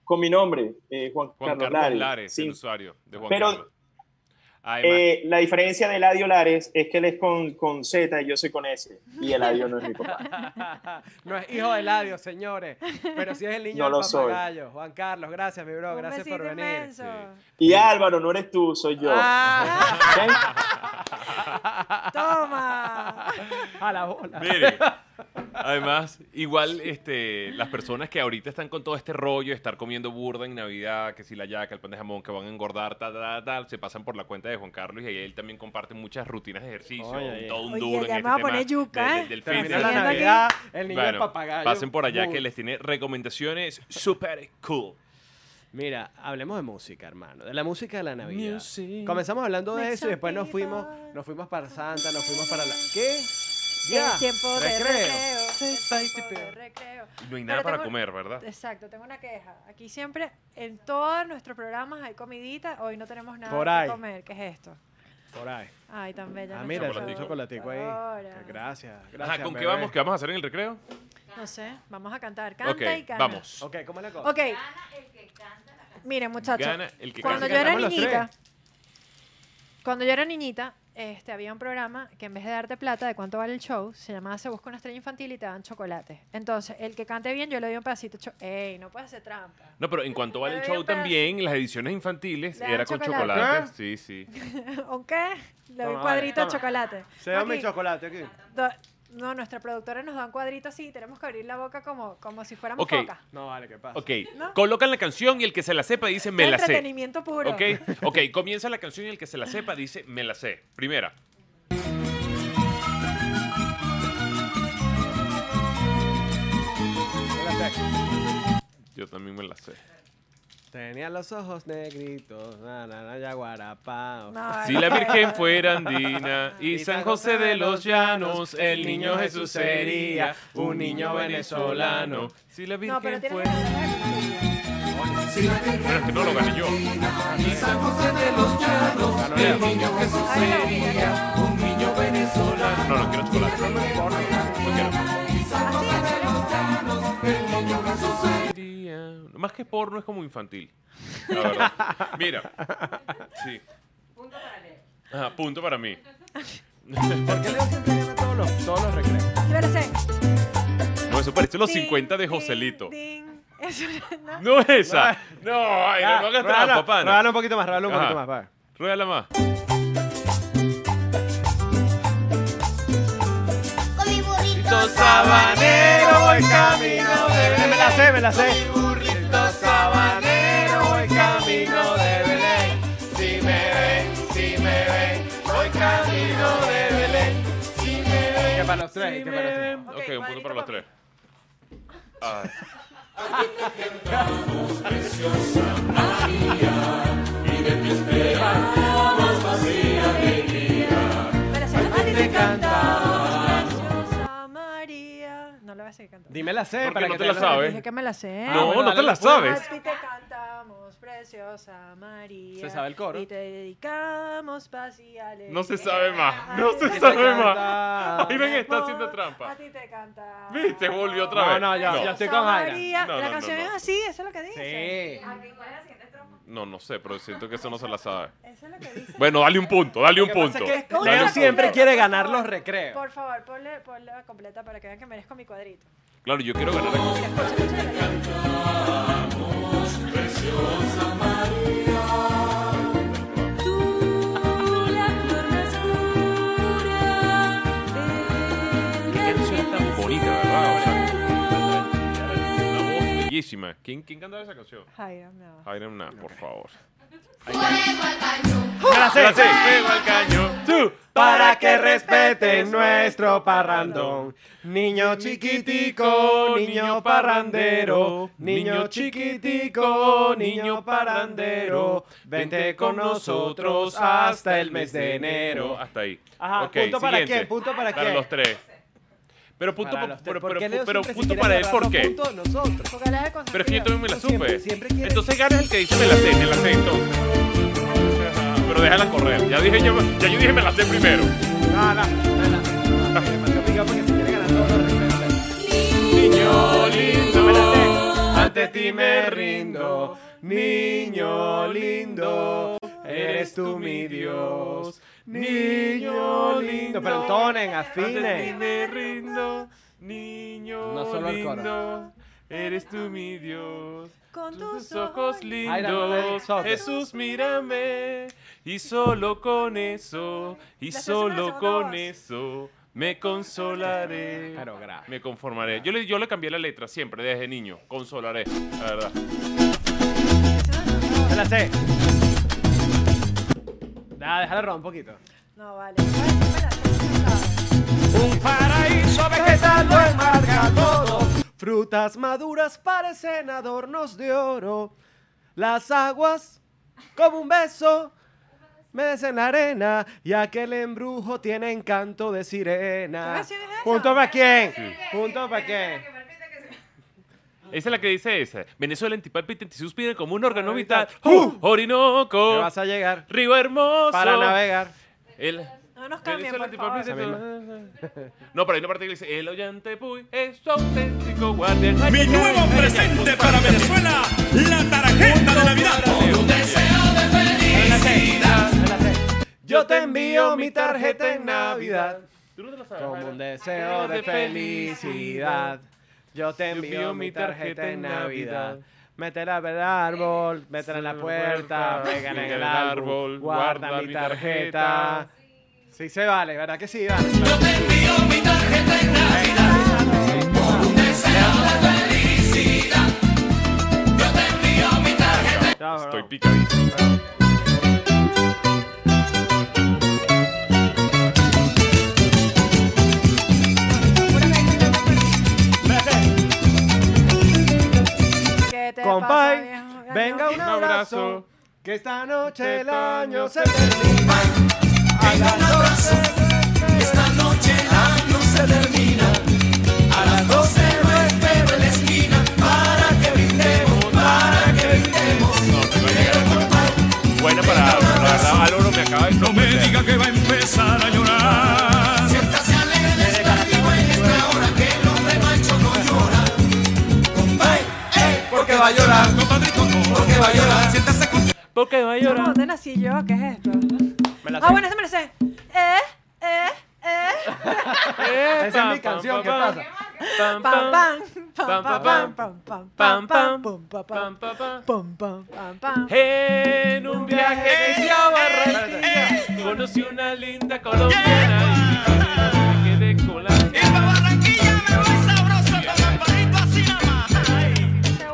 Con mi nombre, eh, Juan,
Juan
Carlos
Carlos
Lares.
Lares,
Sí.
el usuario de Juan
Pero-
Carlos. Además,
Eh, la diferencia de Eladio Lares es que él es con, con Z y yo soy con S. Y Eladio no es mi papá.
no es hijo de Ladio, señores. Pero sí es el niño
No
del
lo soy.
papagayo. Juan Carlos, gracias, mi bro.
Un
gracias por
besito
venir.
inmenso.
Y Álvaro, no eres tú, soy yo.
Ah,
¿Ok?
¡Toma!
a la bola.
Mire, además, igual este, las personas que ahorita están con todo este rollo, de estar comiendo burda en Navidad, que si la yaca, el pan de jamón, que van a engordar, tal, tal, tal, se pasan por la cuenta de Juan Carlos y ahí él también comparte muchas rutinas de ejercicio,
Oye, oye.
todo un
Oye,
duro en
ya
este
me va a
tema
poner yuca,
de-
¿eh?
de- del
Termina
fitness.
la
Siguiendo aquí.
Navidad, el niño del
Bueno,
papagayo.
pasen por allá que
Uy.
les tiene recomendaciones super cool.
Mira, hablemos de música, hermano. De la música de la Navidad.
Music.
Comenzamos hablando de
Make
eso y después nos
some
fuimos,
people.
nos fuimos para Santa, nos fuimos para la. ¿Qué?
Es tiempo de
recreo.
recreo.
Say
es
bye to
tiempo de
people.
recreo.
No hay nada
Pero
para
tengo-
comer, ¿verdad?
Exacto, tengo una queja. Aquí siempre, en todos nuestros programas hay comidita. Hoy no tenemos nada
Por ahí.
que comer. ¿Qué es esto?
Por ahí.
Ay, tan bella.
Ah, mira,
nuestra
está el
Chocolatico.
chocolatico ahí.
Ahora.
Gracias, gracias.
Ajá, ¿con qué
bebé.
vamos? ¿Qué vamos a hacer en el recreo?
No sé, vamos a cantar. Canta
ok,
y canta.
vamos.
Ok, ¿cómo es la cosa?
Ok. Miren, muchachos.
Gana el que
Cuando
canta.
yo era
Cantamos los
niñita,
tres.
cuando yo era niñita, este, había un programa que en vez de darte plata de cuánto vale el show, se llamaba Se busca una estrella infantil y te dan chocolates. Entonces, el que cante bien, yo le doy un pedacito. de cho- ¡Ey, no puedes hacer trampa!
No, pero en cuanto vale el
Le doy un
show
pedazo.
también, las ediciones infantiles
Le dan
era con
chocolate.
chocolate. Sí, sí.
¿O qué? Le doy
Toma,
un cuadrito
vale,
de
toma.
chocolate.
Se da mi
Aquí,
chocolate aquí.
do- no, nuestra productora nos da un cuadrito así y tenemos que abrir la boca como, como si fuéramos
Ok.
focas.
No vale, ¿qué pasa?
Ok,
¿No?
colocan la canción y el que se la sepa dice me la sé.
Entretenimiento puro.
Ok, ok, comienza la canción y el que se la sepa dice me la sé. Primera. Yo también me la sé.
Tenía los ojos negritos, na, na, na, yaguarapao.
No,
Si
no,
la
no.
Virgen fuera andina y San José de los Llanos, el niño Jesús sería un niño venezolano. Si la
No,
Virgen
pero tienes
fuera...
que hablar.
Bueno, es que no lo gané yo.
Ganó Leo.
Ay, no, ya.
No, no quiero chocolate. No quiero. Sería- Más que porno es como infantil. la verdad. Mira. Sí. Ajá, punto para mí.
¿Por qué Leo siempre gana todos los, todos los recreos?
Yo lo sé.
No, eso parece los
Ding,
50 de
ding,
Joselito.
ding. Eso, ¿no?
No es esa. No, ay, no, no hagas trampa, pana.
Regala un poquito más, regala un
Ajá.
poquito más, va.
Ruégala más.
Con mi burrito
sabanero voy camino de Belén. Me la sé, me la sé. sabanero voy camino de Belén.
Si me ven, si me ven, voy camino de Belén. Si me ven,
Que para los tres, que para los tres.
Ok, un
Ok,
punto
cuadrito
para los
para
tres.
Me la sé. Te cantamos, preciosa María. No la voy a seguir cantando.
Dime la sé,
Porque
para
no
que
te la
lo-
sabes.
Dije que me la sé.
No,
bueno,
no te
dale,
la
pues.
sabes.
A ti te cantamos, preciosa María.
Se sabe el coro.
Y te dedicamos paz y alegría.
No se sabe más. No
A ti
se
te
sabe más.
Canta.
Miren, está
cantamos,
haciendo trampa.
A ti te cantamos.
Viste, volvió otra
No,
vez.
no, ya,
no.
ya estoy con Jaira.
María.
No, no,
la
no,
canción
no.
es así, eso es lo que dice.
Sí.
No, no sé, pero siento que eso no se la sabe.
Eso es lo que dice.
Bueno, dale un punto, dale un
Lo que pasa es
punto.
que
Escucha,
Dale
Leo
un punto.
siempre
por
quiere
favor.
ganar los recreos.
Por favor, ponle, ponle la completa para que vean que merezco mi cuadrito.
Claro, yo quiero ganar aquí.
Mira, escucha, escucha la canción.
Qué canción tan bonita, ¿verdad? O sea, una voz bellísima. ¿Quién, quién cantaba esa canción?
Jaira, no.
Jairo Hernández, por favor.
fuego al cañón.
¡La sé! ¡Fuego al caño! ¡Tú!
Para que respeten nuestro parrandón. Niño chiquitico, niño parrandero. Niño chiquitico, niño parrandero. Vente con nosotros hasta el mes de enero.
Hasta ahí.
Ajá,
Ok,
¿punto para
siguiente.
quién? ¿Punto para
Para
quién?
los tres. Pero punto,
Para
pa-
los tres.
pero,
¿Por
pero-
qué Leo
pero
siempre
punto
se
para
quiere
él,
agarrar
¿por
los
qué?
puntos de nosotros.
Porque la de con
Pero es que yo también me la
Tú siempre-
supe.
siempre quieres-
Entonces gana el que dice me la sé, me la sé entonces. Pero déjala correr. Ya dije yo, ya yo dije me la sé primero.
No, no, no, no. Demasiado picado porque se quiere ganar todos los recreos.
Niño lindo,
Ante ti me rindo, niño lindo, eres tú mi Dios, niño lindo. Pero tonen,
Ante ti
afinen.
me rindo, niño
No solo el coro.
lindo, eres tú mi Dios.
Con
Tus ojos
Ay, la verdad,
lindos,
nosotros.
Jesús mírame, y solo con eso, y
La hacemos una
solo
segunda
con
voz.
eso, me consolaré.
Pero grave.
Me conformaré. Yo le, yo le cambié la letra siempre, desde niño. Consolaré, la verdad.
Me la sé. Nada, déjala robar un poquito.
No, vale. Espera, espera, espera.
Un paraíso vegetal lo enmarca todo. Frutas maduras parecen adornos de oro. Las aguas, como un beso, mecen la arena. Y aquel embrujo tiene encanto de
¿Tú
sirena.
ves si es eso?
¿Punto para quién? ¿Punto para quién?
Esa es la que dice esa. Venezuela antipalpita, suspira como un órgano vital.
¡Uh! Te
Orinoco,
vas a llegar
Río Hermoso.
para navegar.
El-
No nos cambien,
Venezuela
por favor.
antipalpita, No, pero hay una parte que dice, el oyente Puy es su auténtico guardián. Mi nuevo presente para Venezuela, la tarjeta de Navidad.
Me la sé. Yo te envío mi tarjeta en Navidad.
¿Tú no te la sabes?
Como un
Jaira?
deseo de felicidad. Yo te envío
envío
mi
mi
tarjeta
tarjeta
en
en
Navidad.
Navidad.
Métela por el árbol, métela en la
la
puerta,
puerta,
pégala en
pégala
el
en el
árbol,
árbol,
guarda
guarda
mi
mi
tarjeta.
tarjeta.
Sí se vale, ¿verdad que sí? Vale.
Yo te envío mi tarjeta en Navidad por un deseo de felicidad. Yo te envío mi tarjeta.
No, no,
Estoy
no.
picadísimo.
¿Qué te pasa,
Compay,
viejo? Ay,
venga
no.
un
Un abrazo.
abrazo. Que esta noche el
Este
año
año
se termina. A
Venga un
las
abrazo.
12.
Esta noche la luz se termina. A las 12 lo espero en la esquina para que brindemos, para que brindemos.
No, me va a llegar esta. Buena para. La verdad, Álvaro me acaba de. No me digas.
que va a empezar a llorar. Siéntase alegre en este activo en esta hora que el hombre macho no llora. Compay, ey, porque va a llorar, compadrito, porque va a llorar. Siéntase con
Porque va a
No, ¿Dónde nací yo? ¿Qué es esto?
Me la
Ah,
sé.
bueno, ese me lo sé. Eh, eh, eh.
Esa es mi canción, ¿qué pasa?
Pam,
Pam, pam, pam,
Pam, pam,
pam, pam, pam, pam,
pam,
pam,
pam, pam,
pam, pam,
pam, pam.
pam, pam, pam, pam, pam.
En un viaje que hice a Barranquilla conocí una linda colombiana y me quedé con la.
pa' Barranquilla me voy sabroso con compadrito así nada más.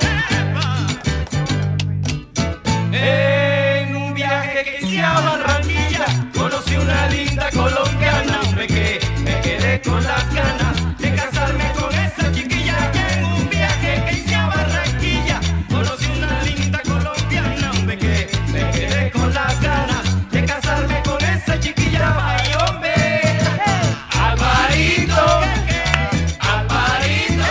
En un viaje que hice a Barranquilla
Conocí una linda colombiana, hombre, que me quedé con las ganas de casarme con esa chiquilla. En un viaje que hice a Barranquilla, conocí una linda colombiana, hombre, que me quedé con las ganas de casarme con esa chiquilla. Ay, hombre, Alvarito, Alvarito.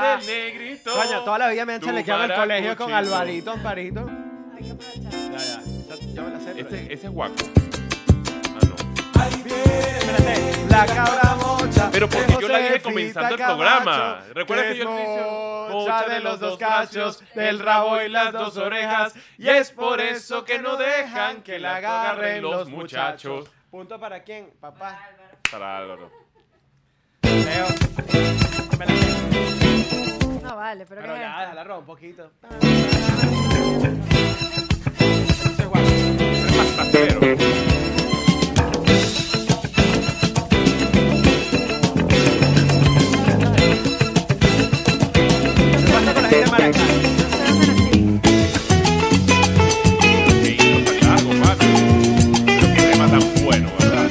del negrito.
Coño, toda la vida me han
tu
chalequeado el colegio con
maracuchito.
Alvarito, Amparito.
Hay que aprovechar.
Ya, ya. Esa- Yo me la sé. pero-
Ese, ese es guaco. Ah, no.
Espérate, La cabra mocha.
Pero
de
porque yo la dije
Josefita
comenzando el
Camacho,
programa. Recuerda que
es
yo al inicio-
mocha de los dos cachos, del rabo y las dos orejas. Y es por eso que no dejan que la agarren los muchachos. ¿Punto para quién, papá?
Para Álvaro.
Leo. Me la sé.
No, vale, pero
Pero
¿qué es
ya,
esto?
déjala robar un poquito.
Pasajero.
¿Qué pasa con la gente de Maracay?
Sí, los tacos, mano. Pero Qué tema tan bueno, ¿verdad?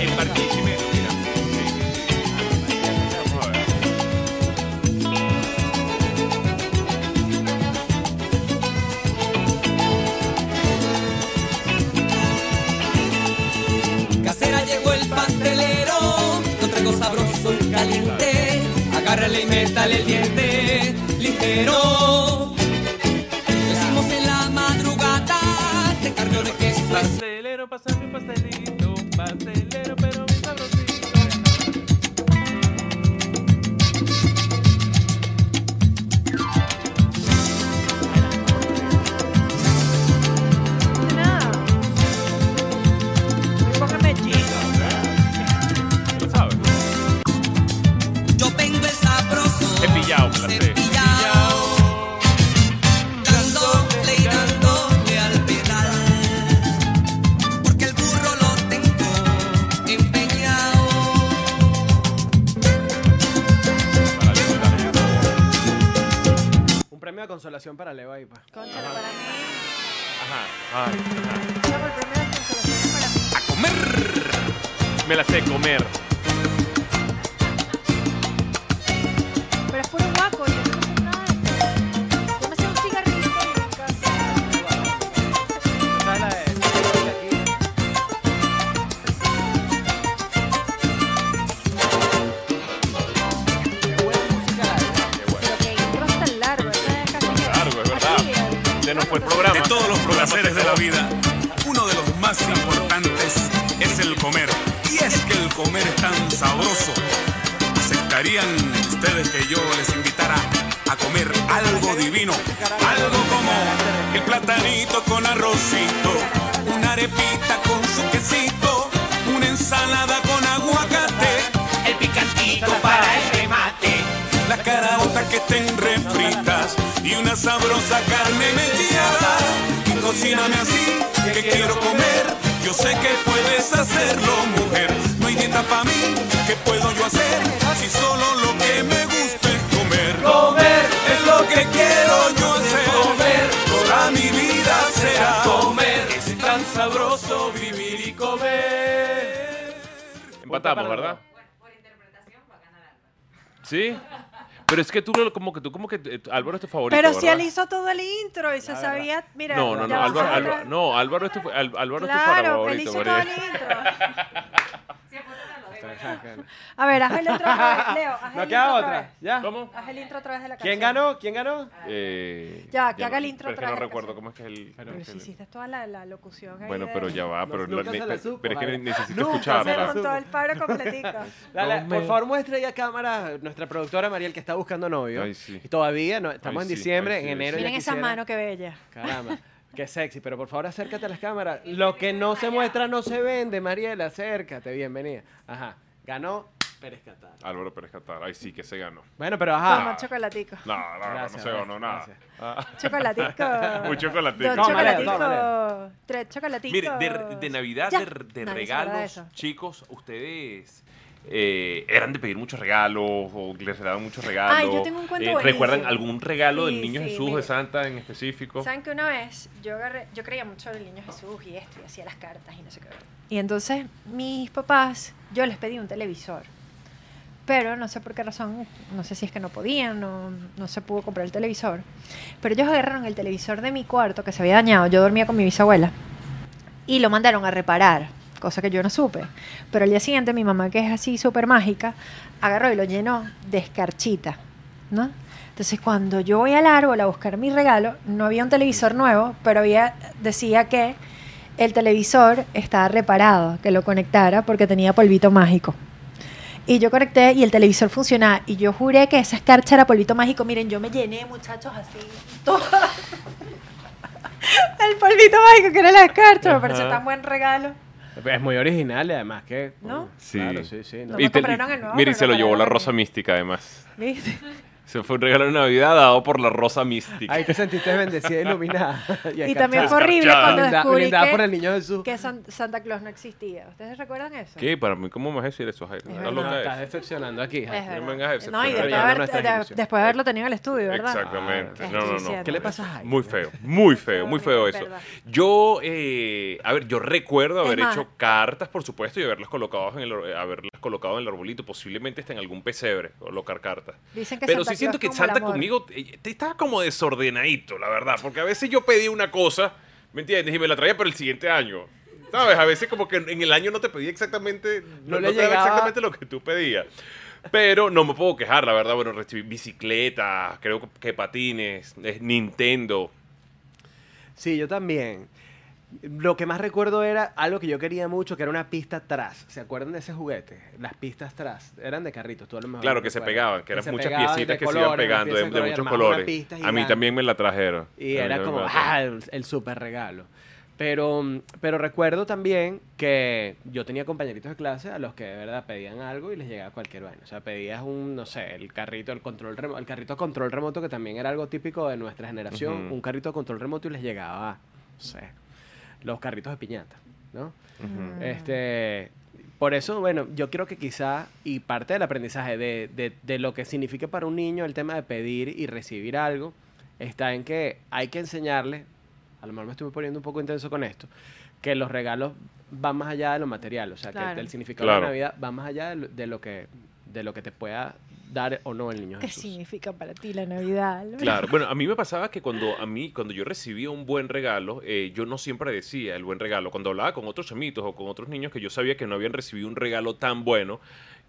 En Barquisimeto, mira. Sí. Vamos a ver.
Casera llegó el pastelero, lo traigo sabroso y caliente. Agárrale y métale el diente, ligero. Lo hicimos en la madrugada, de carne o de queso.
Pastelero, pasame un pastelito. Pastelero, pero un sabrosito.
Nada. Muy poca mellizos.
¿Lo sabes?
Yo tengo el sabroso.
Cepillado, me la sé.
Cepillado. Dándole y dándole al pedal. Porque el burro lo tengo empeñado.
Para Leo también.
Un premio de consolación para Leo ahí, pues. pa.
Concha, para mí.
Ajá, ajá, ajá.
Yo por primera vez que lo tengo para mí.
Me la sé comer.
Pero es puro guaco, yo no sé nada. Yo me hacía un cigarrito y me encanta.
Esa es la de- de aquí.
Qué bueno.
Pero que intro es tan largo, ¿verdad? Casi que-
Largo, es verdad.
Así, eh,
Se nos fue el
bueno,
programa.
De todos los placeres de la vida, uno de los más importantes es el comer. Y es que el comer es tan sabroso. ¿Aceptarían ustedes que yo les invitara a comer algo divino, algo como el platanito con arrocito, una arepita con su quesito, una ensalada con aguacate, el picantito para el remate, las caraotas que estén refritas y una sabrosa carne mechada. Y Cocíname así, que quiero comer, yo sé que puedes hacerlo, mujer. No hay dieta para mí, ¿qué puedo yo hacer? Si solo lo que me gusta es comer. Comer es lo que quiero yo hacer. Comer, toda mi vida será comer. Es tan sabroso vivir y comer.
Empatamos, ¿verdad? Sí. Pero es que tú lo- como que tú como que eh, Álvaro es tu favorito.
Pero si
¿verdad?
él hizo todo el intro y se sabía, mira.
No, no,
ya
no,
vas a
Álvaro,
hablar.
Álvaro- no, Álvaro es tu, Al- Álvaro es tu
Claro, él
favorito.
hizo todo
María.
el intro. A ver, haz el intro otra vez, Leo. Haz
No
el
queda
intro
otra,
Vez.
¿ya?
Haz el intro otra vez de la
¿Quién
canción.
ganó? ¿Quién ganó?
Eh,
Ya, que haga
no-
el intro
pero es que
otra
no
vez,
recuerdo cómo es que es el...
Pero si hiciste toda la, la locución ahí
Bueno,
de-
pero ya va, pero, lo-
nunca
ne-
se la
pe-
supo,
pero es que ne-
Javier.
necesito
Nunca se la
Se
escucharla.
supo.
montó el paro completico.
Dale,
No
por
me-
favor, muestra ahí a cámara nuestra productora Mariel que está buscando novio.
Ay, sí.
Y todavía no, estamos
Ay,
en
sí,
diciembre,
ay,
en
sí, ay,
enero.
sí.
ya
Miren esa
quisiera-
mano, qué bella.
Caramba, qué sexy, pero por favor acércate a las cámaras. Lo que no se muestra no se vende, Mariela, acércate, bienvenida. Ajá, ganó Pérez Catar.
Álvaro Pérez Catar, ay sí, que se ganó.
Bueno, pero
Ah.
Toma,
ajá.
chocolatico.
No, no, no
Gracias,
se ganó
gracias.
nada. Ah.
Chocolatico.
Un chocolatico.
Dos
No, Mariela,
chocolatico.
toma,
Tres chocolatitos.
Mire, de, de Navidad,
Ya.
de, de
Nadie se acuerda de
regalos,
eso.
chicos, ustedes eh, eran de pedir muchos regalos o les daban muchos regalos. Eh,
Ay, yo tengo un cuento buenísimo.
¿Recuerdan algún regalo
Sí,
del niño
sí,
Jesús
mira.
de Santa en específico?
¿Saben que una vez yo, agarré, yo creía mucho en el niño Jesús y esto, y hacía las cartas y no sé qué? Y entonces mis papás, yo les pedí un televisor. Pero no sé por qué razón, no sé si es que no podían, no, no se pudo comprar el televisor. Pero ellos agarraron el televisor de mi cuarto que se había dañado, yo dormía con mi bisabuela, y lo mandaron a reparar, cosa que yo no supe. Pero al día siguiente mi mamá, que es así súper mágica, agarró y lo llenó de escarchita, ¿no? Entonces cuando yo voy al árbol a buscar mi regalo, no había un televisor nuevo, pero había, decía que el televisor estaba reparado, que lo conectara porque tenía polvito mágico. Y yo conecté y el televisor funcionaba. Y yo juré que esa escarcha era polvito mágico. Miren, yo me llené, muchachos, así. Todo. el polvito mágico que era la escarcha. Me pareció
Ajá.
tan buen regalo.
Es muy original y además que... uh,
¿No?
Sí.
Claro, sí, sí. no.
No. me compraron el nuevo,
mira, y
pero
se lo llevó la
compraron el
rosa
mío.
mística, además.
¿Viste?
Se fue un regalo de Navidad dado por la rosa mística.
Ay, te sentiste bendecida y iluminada.
Y también fue horrible
Escarchada.
cuando descubrí
Brindada por el
que,
niño Jesús.
que San- Santa Claus no existía. ¿Ustedes recuerdan eso?
¿Qué? Para mí, ¿cómo me vas a decir eso, Jairo?
Es
Estás
verdad.
loca,
No, estás
¿eh?
decepcionando aquí.
Es
Jaime.
verdad.
me vengas a decepcionar,
No, y
pero
después,
ya no
haber-
nuestras
de-
ilusiones.
después de haberlo tenido en el estudio, ¿verdad?
Exactamente.
Ah,
no, no, no.
estoy
¿Qué le pasa a Jaime?
Muy feo, muy feo, muy feo
Es
eso.
verdad.
Yo, eh, a ver, yo recuerdo
Es
haber
más-
hecho cartas, por supuesto, y haberlas colocado en el, or- eh, haberlas colocado en el arbolito, posiblemente hasta en algún pesebre, colocar cartas.
Dicen que
Pero
Santa
sí siento
Claus
que
como el
Santa
amor.
conmigo eh, te estaba como desordenadito, la verdad, porque a veces yo pedí una cosa, ¿me entiendes? Y me la traía para el siguiente año. ¿Sabes? A veces como que en el año no te pedía exactamente,
No
no,
le
no te daba
llegaba.
exactamente lo que tú pedías. Pero no me puedo quejar, la verdad. Bueno, recibí bicicletas, creo que patines, eh, Nintendo.
Sí, yo también. Lo que más recuerdo era algo que yo quería mucho, que era una pista atrás. ¿Se acuerdan de ese juguete? Las pistas atrás. Eran de carritos, tú a lo mejor
Claro,
lo
que se
recuerdas.
pegaban,
Que
que eran
se
muchas
pegaban de
piecitas que se iban
colores, las
pegando de,
piezas
de muchos
armaban una
colores.
pista
A mí
gigante.
también me la trajeron.
Y
A mí
era
también
como,
me la trajeron.
¡ah! El, el super regalo. Pero, mm, pero recuerdo también que yo tenía compañeritos de clase a los que de verdad pedían algo y les llegaba cualquier vaina. O sea, pedías un, no sé, el carrito, el control remoto, el carrito a control remoto, que también era algo típico de nuestra generación,
Ujú.
un carrito a control remoto y les llegaba, no sé, los carritos de piñata, ¿no?
Ujú.
Este, por eso, bueno, yo creo que quizá, y parte del aprendizaje de, de- de lo que significa para un niño el tema de pedir y recibir algo, está en que hay que enseñarle, a lo mejor me estuve poniendo un poco intenso con esto, que los regalos van más allá de lo material, o sea, que
Claro.
el, significado de
Claro.
la Navidad va más allá de lo, de lo que, de lo que te pueda dar o no el niño.
¿Qué
Jesús.
significa para ti la Navidad? Álvaro?
Claro, bueno, a mí me pasaba que cuando a mí, cuando yo recibía un buen regalo, eh, yo no siempre decía el buen regalo. Cuando hablaba con otros chamitos o con otros niños que yo sabía que no habían recibido un regalo tan bueno,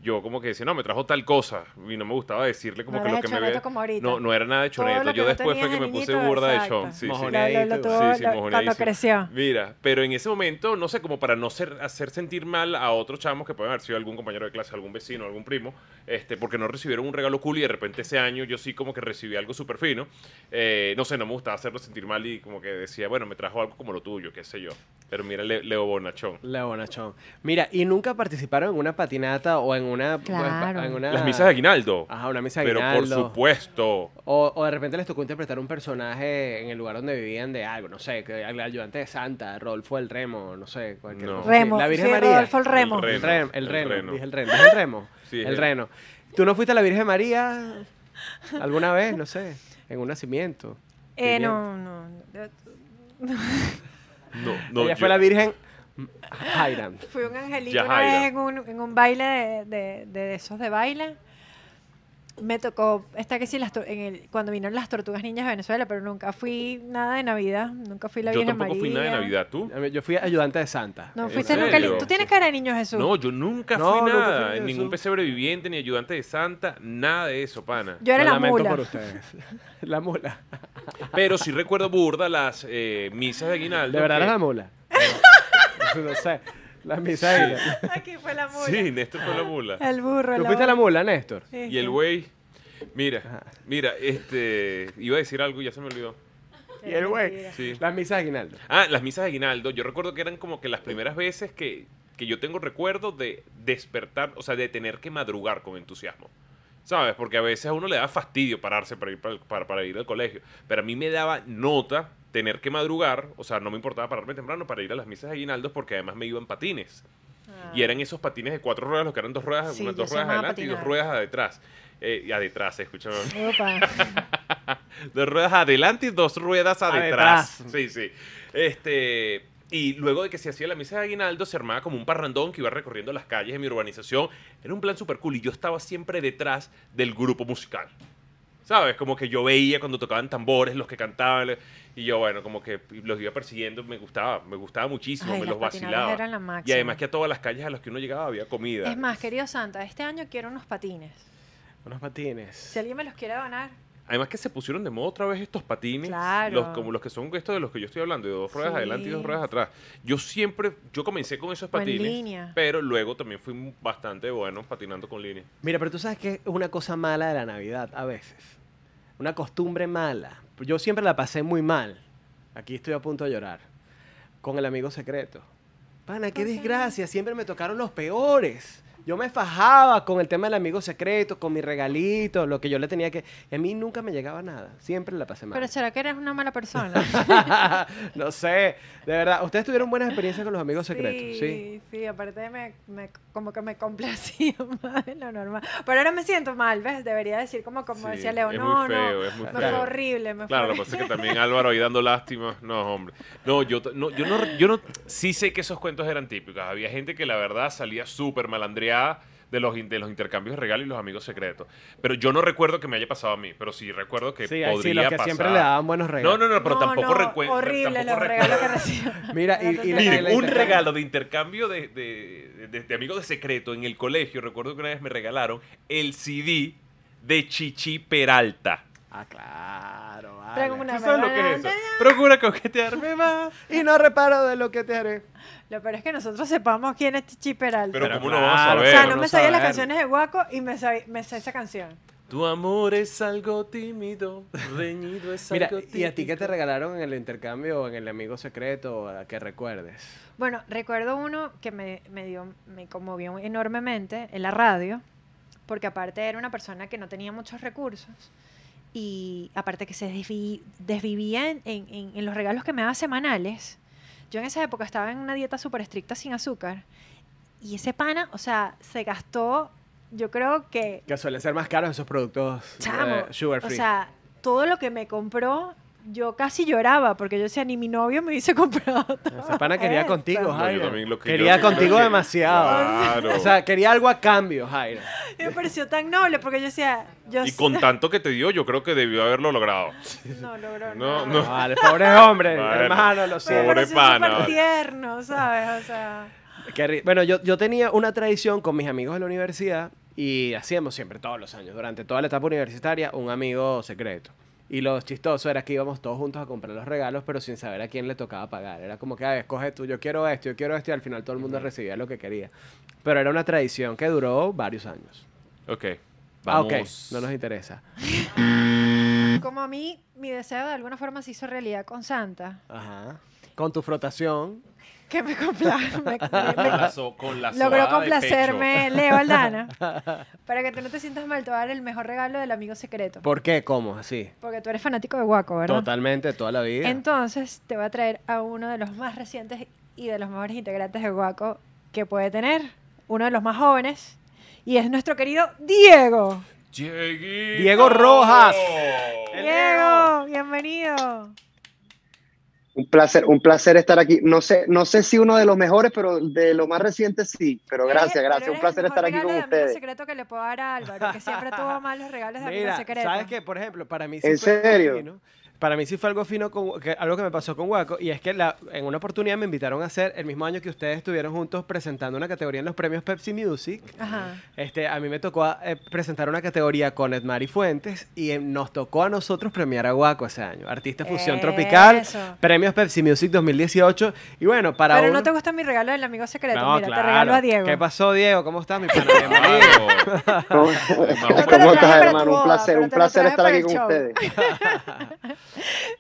yo como que decía, no, me trajo tal cosa. Y no me gustaba decirle como
No
que lo
era de
que me
choneto
ve.
como ahorita.
No, no era nada de
Todo
choneto.
lo que
Yo
no
después fue
tenías
que
de
me puse
niñito,
burda de
exacto.
chon. Sí, sí.
Mojoneadito.
Lo- lo- lo
Sí,
tuvo-
sí,
lo- cuando
mojoneadísimo.
creció.
Mira, pero en ese momento, no sé, como para no ser- hacer sentir mal a otros chamos que pueden haber sido algún compañero de clase, algún vecino, algún primo, este, porque no recibieron un regalo cool y de repente ese año yo sí como que recibí algo súper fino. Eh, no sé, no me gustaba hacerlo sentir mal y como que decía, bueno, me trajo algo como lo tuyo, qué sé yo. Pero mira, Le- Leo Bonachón.
La bonachón. Mira, ¿y nunca participaron en una patinata o en una... pues,
Claro.
en una-
Las misas de Aguinaldo.
Ajá, una misa de
Pero por
Ah, aguinaldo.
supuesto.
O, o de repente les tocó interpretar un personaje en el lugar donde vivían de algo, no sé, que el ayudante de Santa, Rolfo el Remo, no sé, cualquier
No.
cosa así.
Remo.
La Virgen
sí,
María.
Rodolfo el Remo.
El
El, rem- el
El
reno,
reno.
dije el reno, ¿es el remo?
Sí, es
el
el-
reno. ¿Tú no fuiste a la Virgen María alguna vez, no sé, en un nacimiento?
Eh,
Viviendo.
no, no. no.
No, no.
Ella
yo-
fue la Virgen Hiram.
Fui un angelito
Ya,
una vez
Jaira.
en un, en un baile de, de- de esos de baile. Me tocó, está que sí, las tor- en el- cuando vinieron las tortugas niñas de Venezuela, pero nunca fui nada de Navidad. Nunca fui la
yo
Virgen
tampoco fui nada de
María.
Navidad, ¿tú?
Yo fui ayudante de Santa.
No
Eh,
fuiste
¿En
nunca. li-
serio?
Tú tienes cara de niño Jesús.
No, yo nunca
No,
fui
nunca
nada.
fui de
ningún
eso.
pesebre viviente, ni ayudante de santa, nada de eso, pana.
yo era
lo
la
lamento
mula.
por ustedes. La mula.
Pero sí recuerdo burda las eh, misas de Aguinaldo.
De verdad
que-
era la mula. no sé. La misa de Aguinaldo.
Aquí fue la mula.
Sí, Néstor fue
Ah.
la mula.
El burro.
¿Tú fuiste a la mula, Néstor?
Sí,
Y el
sí.
güey. Mira, mira, este. Iba a decir algo y ya se me olvidó.
Y el güey.
mentira.
Sí.
La misa de Aguinaldo.
Ah, las misas de Aguinaldo. Yo recuerdo que eran como que las primeras veces que, que yo tengo recuerdo de despertar, o sea, de tener que madrugar con entusiasmo. ¿Sabes? Porque a veces a uno le da fastidio pararse para ir, para, para- para ir al colegio. Pero a mí me daba nota tener que madrugar, o sea, no me importaba pararme temprano para ir a las misas de Aguinaldo porque además me iba en patines.
Ah,
Y eran esos patines de cuatro ruedas, los que eran dos ruedas,
Sí,
unas
yo
dos
sé
ruedas
más
adelante y dos
patinar.
ruedas atrás. Eh, adetrás, escúchame.
Opa.
Dos ruedas adelante y dos ruedas
Adetrás.
adetrás. Sí, sí. Este, y luego de que se hacía la misa de Aguinaldo, se armaba como un parrandón que iba recorriendo las calles de mi urbanización. Era un plan súper cool y yo estaba siempre detrás del grupo musical. ¿Sabes? Como que yo veía cuando tocaban tambores, los que cantaban. le- Y yo, bueno, como que los iba persiguiendo. Me gustaba, me gustaba muchísimo,
Ay,
me
las
los
patinadas
vacilaba.
eran la
y
máxima.
además que a todas las calles a las que uno llegaba había comida.
Es más, querido Santa, este año quiero unos patines.
Unos patines.
Si alguien me los quiere donar.
Además que se pusieron de moda otra vez estos patines,
Claro.
los, como los que son estos de los que yo estoy hablando, de dos ruedas
Sí.
adelante y dos ruedas atrás. Yo siempre, yo comencé con esos
O en
patines,
línea.
pero luego también fui bastante bueno patinando con línea.
Mira, pero tú sabes que es una cosa mala de la Navidad a veces. Una costumbre mala. Yo siempre la pasé muy mal. Aquí estoy a punto de llorar. Con el amigo secreto. Pana, qué desgracia. Siempre me tocaron los peores. Yo me fajaba con el tema del amigo secreto, con mi regalito, lo que yo le tenía que... Y a mí nunca me llegaba nada. Siempre la pasé mal.
Pero será que eres una mala persona.
no sé. De verdad, ustedes tuvieron buenas experiencias con los amigos secretos, ¿sí?
sí, sí, aparte me, me- como que me complacía más de lo normal. Pero ahora me siento mal, ¿ves? Debería decir como, como
Sí,
decía Leo,
es
no,
muy feo,
no.
es muy
me
feo.
fue horrible, me
Claro,
fue
lo que pasa es que también Álvaro ahí dando lástima. No, hombre. No, yo t- no, yo no, yo no, sí sé que esos cuentos eran típicos. Había gente que la verdad salía súper malandreada de los, in- de los intercambios de regalos y los amigos secretos. Pero yo no recuerdo que me haya pasado a mí, pero sí recuerdo que
Sí, ahí
podría
sí, los que
pasar.
siempre le daban buenos
no,
regalos.
no, no, pero
No,
tampoco
no,
recuerdo.
Horrible los regalos que recibo.
Mira, y- y la-
Miren,
la-
un regalo de intercambio de, de, de- de amigos de secreto en el colegio. Recuerdo que una vez me regalaron el CD de Chichi Peralta.
Ah, claro. Vale.
Traigo una
¿Tú sabes lo que es eso?
banana.
Procura coquetearme más.
Y no reparo de lo que te haré.
Lo peor es que nosotros sepamos quién es Chichi Peralta.
Pero,
Pero
¿cómo no vamos a
claro,
ver?
o sea,
pero
no
no
me sabía las
saber.
canciones de Guaco y me, sabía, me sé esa canción.
Tu amor es algo tímido, reñido es
Mira,
algo
¿y a ti qué te
típico.
regalaron en el intercambio o en el amigo secreto o a que recuerdes?
Bueno, recuerdo uno que me, me dio, me conmovió enormemente en la radio, porque aparte era una persona que no tenía muchos recursos y aparte que se desvi- desvivía en, en- en- en los regalos que me daba semanales. Yo en esa época estaba en una dieta súper estricta sin azúcar y ese pana, o sea, se gastó, yo creo que
Que suelen ser más caros esos productos
Chamo,
eh, sugar free.
O sea, todo lo que me compró, yo casi lloraba porque yo decía, ni mi novio me hubiese comprado.
Esa pana quería
esto".
contigo,
No, yo
Jairo.
también lo que-
quería
yo lo que-
contigo
que-
demasiado.
Claro.
O sea, quería algo a cambio, Jairo.
Y Me pareció tan noble porque yo decía, yo
y
sé-
con tanto que te dio, yo creo que debió haberlo logrado.
no logró
No,
nada.
no.
Vale, pobre hombre,
Bueno.
hermano, lo
Pero me
siento.
Pobre
pareció
pana,
súper
vale.
tierno, ¿sabes? O sea,
Qué ri- Bueno, yo, yo tenía una tradición con mis amigos de la universidad y hacíamos siempre, todos los años, durante toda la etapa universitaria, un amigo secreto. Y lo chistoso era que íbamos todos juntos a comprar los regalos, pero sin saber a quién le tocaba pagar. Era como que, a ver, escoge tú, yo quiero esto, yo quiero esto, y al final todo el mundo recibía lo que quería. Pero era una tradición que duró varios años.
Ok.
Ah, ok,
Vamos.
no nos interesa.
Como a mí, mi deseo de alguna forma se hizo realidad con Santa,
Ajá. Con tu frotación.
que me, compla, me- me-
Con la
me-
so- con la
logró
sobada de
complacerme
pecho.
Leo Aldana. Para que tú no te sientas mal, te voy a dar el mejor regalo del amigo secreto.
¿Por qué? ¿Cómo? Así.
Porque tú eres fanático de Guaco, ¿verdad?
Totalmente, toda la vida.
Entonces te voy a traer a uno de los más recientes y de los mejores integrantes de Guaco que puede tener, uno de los más jóvenes, y es nuestro querido Diego.
Dieguito.
Diego Rojas.
Diego, bienvenido.
Un placer, un placer estar aquí. No sé, no sé si uno de los mejores, pero de lo más reciente sí. Pero gracias, gracias. Un placer estar aquí con
El
ustedes.
secreto que le puedo dar a Álvaro, que siempre tuvo malos regalos de amigo
Mira,
secreto.
¿sabes qué? Por ejemplo, para mí sí
¿En
fue algo
serio?
fino. Para mí sí fue algo fino, con- que- algo que me pasó con Waco, y es que la- en una oportunidad me invitaron a hacer, el mismo año que ustedes estuvieron juntos presentando una categoría en los premios Pepsi Music,
Ajá.
este, a mí me tocó eh, presentar una categoría con Edmari Fuentes, y eh, nos tocó a nosotros premiar a Waco ese año. Artista Fusión Tropical,
Eh, Eso.
premios Pepsi Music 2018, y bueno, para
Pero
uno-
no te gusta mi regalo del amigo secreto.
No,
Mira,
claro.
te regalo a Diego.
¿Qué pasó, Diego? ¿Cómo estás, mi pana?
Claro.
¿Cómo,
Vamos.
cómo
traje
estás,
para tu
hermano? Un
boda,
placer,
pero
un
te lo
placer
traje
estar
para
aquí
el
con
show.
ustedes.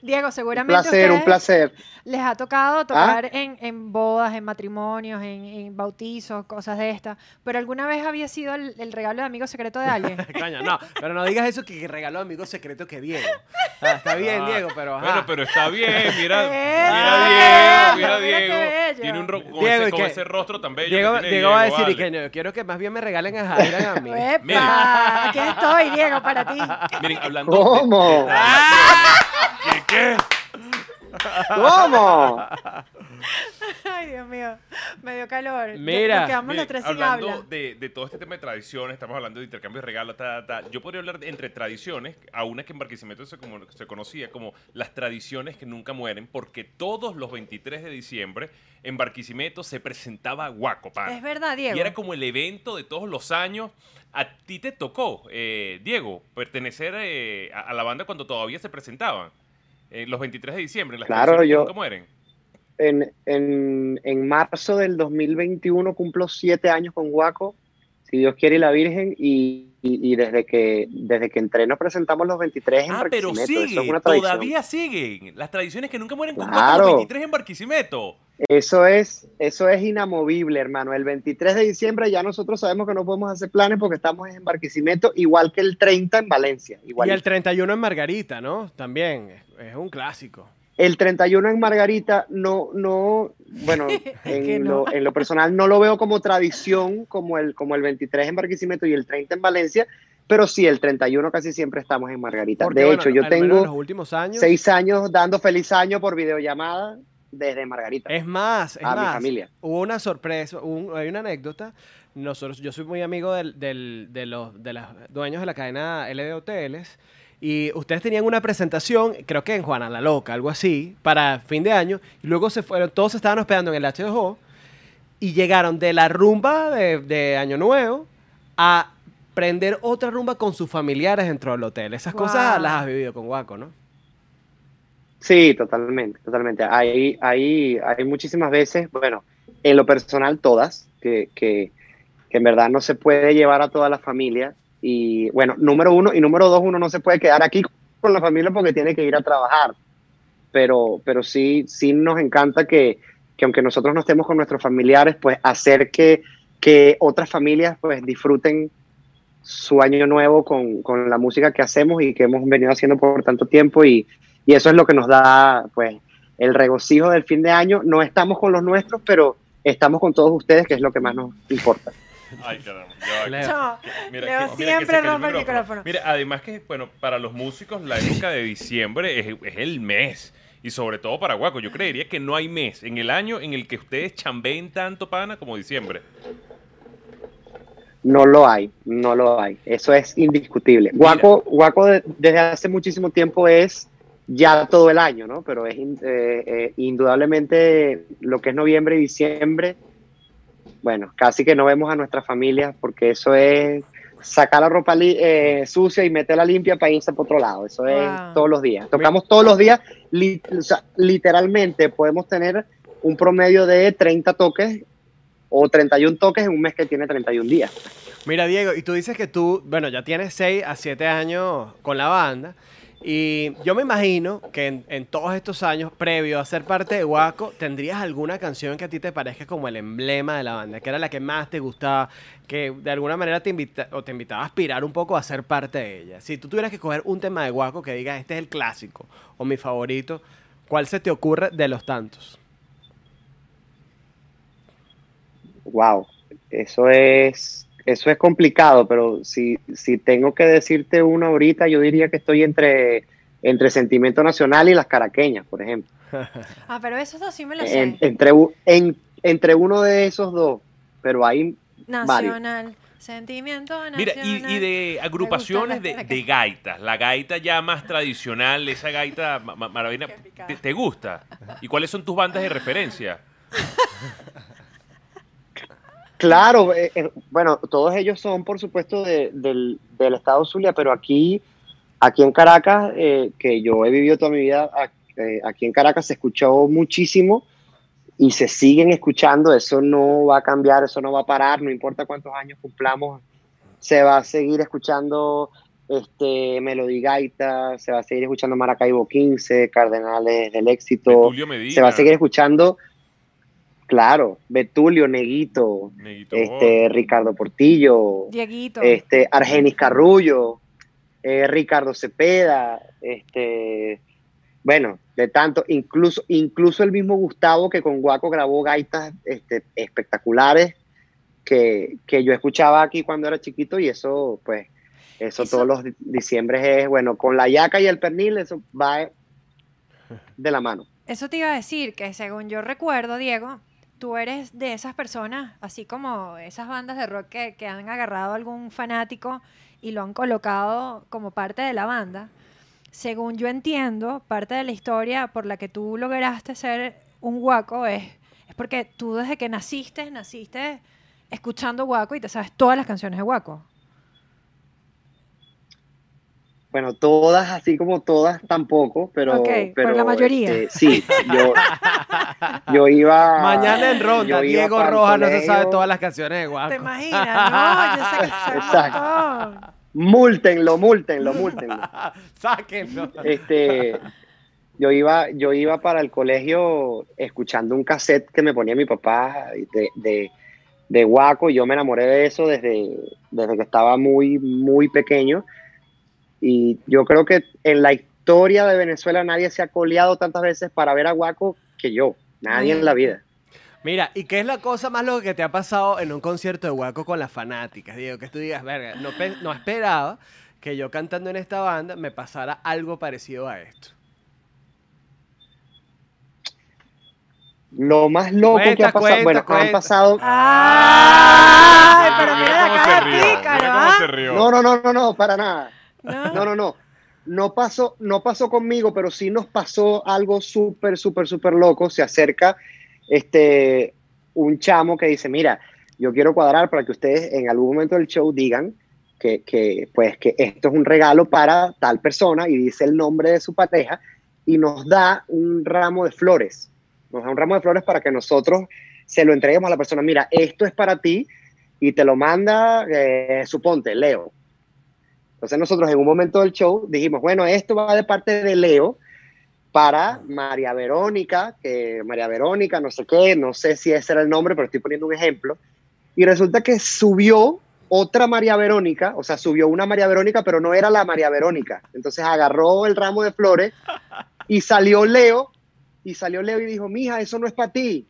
Diego,
Un
seguramente
placer, un
ustedes
placer.
les ha
Ah.
tocado tocar en, en bodas, en matrimonios, en, en bautizos, cosas de estas. Pero alguna vez había sido el, el regalo de amigo secreto de alguien.
Coño, no, pero no digas eso que regaló amigo secreto que Diego. Ah, está bien,
Ah,
Diego, pero ajá.
Bueno, pero está bien, mira. mira Diego, mira
Eso, Eh, mira qué
Diego.
bello.
Tiene un ro- con,
Diego,
ese,
¿y
con
qué?
ese rostro tan bello.
Diego,
que tiene
Diego va a decir,
vale.
y que no, quiero que más bien me regalen a Javier a mí.
¡Epa! Aquí estoy, Diego, para ti.
Miren, hablando de-
¿Cómo?
Ah,
¿Qué, qué?
¿Cómo?
Ay, Dios mío. Me dio calor. Ya-
Mira,
Nos quedamos los
Miren,
tres sin
hablando
habla.
de, de todo este tema de tradiciones, estamos hablando de intercambios de regalos, ta, ta, ta. yo podría hablar de- entre tradiciones, a una que en Barquisimeto se, como- se conocía como las tradiciones que nunca mueren, porque todos los 23 de diciembre en Barquisimeto se presentaba Guaco, pana.
Es verdad, Diego.
Y era como el evento de todos los años. A ti te tocó, eh, Diego, pertenecer eh, a, a la banda cuando todavía se presentaban, eh, los 23 de diciembre, en las
Claro,
tradiciones que
yo-
nunca mueren.
En, en, en marzo del 2021 cumplo siete años con Guaco, si Dios quiere y la Virgen, y, y- y desde que desde que entré nos presentamos los 23 en
Ah, pero
Barquisimeto,
sigue,
eso es una tradición.
todavía siguen. Las tradiciones que nunca mueren con
Claro.
cuatro los 23 en Barquisimeto.
Eso es, eso es inamovible, hermano. El 23 de diciembre ya nosotros sabemos que no podemos hacer planes porque estamos en Barquisimeto, igual que el 30 en Valencia.
Y
Igual.
el
El,
31 en Margarita, ¿no? También, es, es un clásico.
31 en Margarita, no, no, bueno,
que
en,
no.
Lo, en lo personal no lo veo como tradición, como el, como el 23 en Barquisimeto y el 30 en Valencia, pero sí, el 31 casi siempre estamos en Margarita.
Porque,
de
bueno,
hecho, yo
al menos en los
tengo
últimos años.
seis años dando feliz año por videollamada desde Margarita
Es más, es
a mi
más.
familia.
Hubo una sorpresa, un- hay una anécdota. Nosotros, yo soy muy amigo del- del- de, los, de los dueños de la cadena L de Hoteles. Y ustedes tenían una presentación, creo que en Juana la Loca, algo así, para fin de año. Y luego se fueron, todos se estaban hospedando en el H2O. Y llegaron de la rumba de, de Año Nuevo a prender otra rumba con sus familiares dentro del hotel. Esas cosas
Guau.
las has vivido con Guaco, ¿no?
Sí, totalmente, totalmente. Hay, hay, hay muchísimas veces, bueno, en lo personal todas, que, que, que en verdad no se puede llevar a toda la familia. Y bueno, número uno y número dos, uno no se puede quedar aquí con la familia porque tiene que ir a trabajar. Pero, pero sí, sí nos encanta que, que aunque nosotros no estemos con nuestros familiares, pues hacer que, que otras familias pues disfruten su año nuevo con, con la música que hacemos y que hemos venido haciendo por tanto tiempo y, y eso es lo que nos da pues el regocijo del fin de año. No estamos con los nuestros, pero estamos con todos ustedes, que es lo que más nos importa.
Ay, caramba. ya va, que-
Leo.
Chao.
Mira, que-
Leo
mira que se
siempre
cayó
rompe el micrófono.
Mira, además que, bueno, para los músicos la época de diciembre es, es el mes. Y sobre todo para Guaco. Yo creería que no hay mes en el año en el que ustedes chambeen tanto, pana, como diciembre.
No lo hay, no lo hay. Eso es indiscutible. Guaco, Guaco de- desde hace muchísimo tiempo es ya todo el año, ¿no? Pero es in- eh, eh, indudablemente lo que es noviembre y diciembre bueno, casi que no vemos a nuestras familias porque eso es sacar la ropa li- eh, sucia y meterla limpia para irse por otro lado. Eso
Wow.
es todos los días. Tocamos todos los días, li- o sea, literalmente podemos tener un promedio de 30 toques o 31 toques en un mes que tiene 31 días.
Mira, Diego, y tú dices que tú, bueno, ya tienes 6 a 7 años con la banda. Y yo me imagino que en, en todos estos años, previo a ser parte de Guaco, tendrías alguna canción que a ti te parezca como el emblema de la banda, que era la que más te gustaba, que de alguna manera te, invita, o te invitaba a aspirar un poco a ser parte de ella. Si tú tuvieras que coger un tema de Guaco que digas, este es el clásico o mi favorito, ¿cuál se te ocurre de los tantos?
Wow, eso es, eso es complicado, pero si, si tengo que decirte uno ahorita, yo diría que estoy entre, entre Sentimiento Nacional y Las Caraqueñas, por ejemplo.
Ah, pero esos dos sí me los
En-
sé.
entre, u- en- entre uno de esos dos, pero hay varios.
Nacional, sentimiento nacional.
Mira, y, y de agrupaciones de, de gaitas, la gaita ya más tradicional, esa gaita ma- ma- maravilla, ¿te, te gusta? ¿Y cuáles son tus bandas de referencia?
Claro, eh, eh, bueno, todos ellos son, por supuesto, de- del, del estado Zulia, pero aquí, aquí en Caracas, eh, que yo he vivido toda mi vida, a- eh, aquí en Caracas se escuchó muchísimo y se siguen escuchando, eso no va a cambiar, eso no va a parar, no importa cuántos años cumplamos, se va a seguir escuchando este, Melody Gaita, se va a seguir escuchando Maracaibo 15, Cardenales del Éxito,
Betulio Medina.
se va a seguir escuchando, claro, Betulio, Neguito,
Neguito
este, Ricardo Portillo,
Dieguito.
este, Argenis Carrullo, eh, Ricardo Cepeda, este, bueno, de tanto, incluso, incluso el mismo Gustavo que con Guaco grabó gaitas este, espectaculares que, que yo escuchaba aquí cuando era chiquito y eso, pues, eso, todos los di- diciembres es, bueno, con la yaca y el pernil, eso va de la mano.
Eso te iba a decir que según yo recuerdo, Diego, tú eres de esas personas, así como esas bandas de rock que, que han agarrado a algún fanático y lo han colocado como parte de la banda. Según yo entiendo, parte de la historia por la que tú lograste ser un guaco es, es porque tú desde que naciste, naciste escuchando guaco y te sabes todas las canciones de guaco.
Bueno, todas, así como todas, tampoco, pero,
Ok,
pero,
pero la mayoría.
este, sí, yo, yo iba.
Mañana en ronda,
yo iba
Diego
para el
Rojas no se
colegio.
sabe todas las canciones de Guaco.
imaginas? No, yo sé que sabe un
Exacto. Múltenlo, múltenlo, múltenlo.
Sáquenlo.
Este, yo iba, yo iba para el colegio escuchando un cassette que me ponía mi papá de, de, de guaco y yo me enamoré de eso desde, desde que estaba muy, muy pequeño. Y yo creo que en la historia de Venezuela nadie se ha coleado tantas veces para ver a guaco que yo. Nadie en la vida.
Mira, ¿y qué es la cosa más loca que te ha pasado en un concierto de Guaco con las fanáticas? Digo, que tú digas, verga, no, pe- no esperaba que yo cantando en esta banda me pasara algo parecido a esto.
Lo más loco que
Cuenta,
ha pasado,
cuenta,
bueno,
cuenta. Ah,
han pasado.
Ah,
pero mira la cara de pícaro, ¿ah?
No, no, no, no, no, para nada. No, no, no. No, pasó, no pasó conmigo, pero sí nos pasó algo súper, súper, súper loco. Se acerca este, un chamo que dice, mira, yo quiero cuadrar para que ustedes en algún momento del show digan que, que, pues, que esto es un regalo para tal persona y dice el nombre de su pareja y nos da un ramo de flores. Nos da un ramo de flores para que nosotros se lo entreguemos a la persona. Mira, esto es para ti y te lo manda, eh, suponte, Leo. Entonces nosotros en un momento del show dijimos, bueno, esto va de parte de Leo para María Verónica, que María Verónica, no sé qué, no sé si ese era el nombre, pero estoy poniendo un ejemplo. Y resulta que subió otra María Verónica, o sea, subió una María Verónica, pero no era la María Verónica. Entonces agarró el ramo de flores y salió Leo, y salió Leo y dijo, mija, eso no es para ti.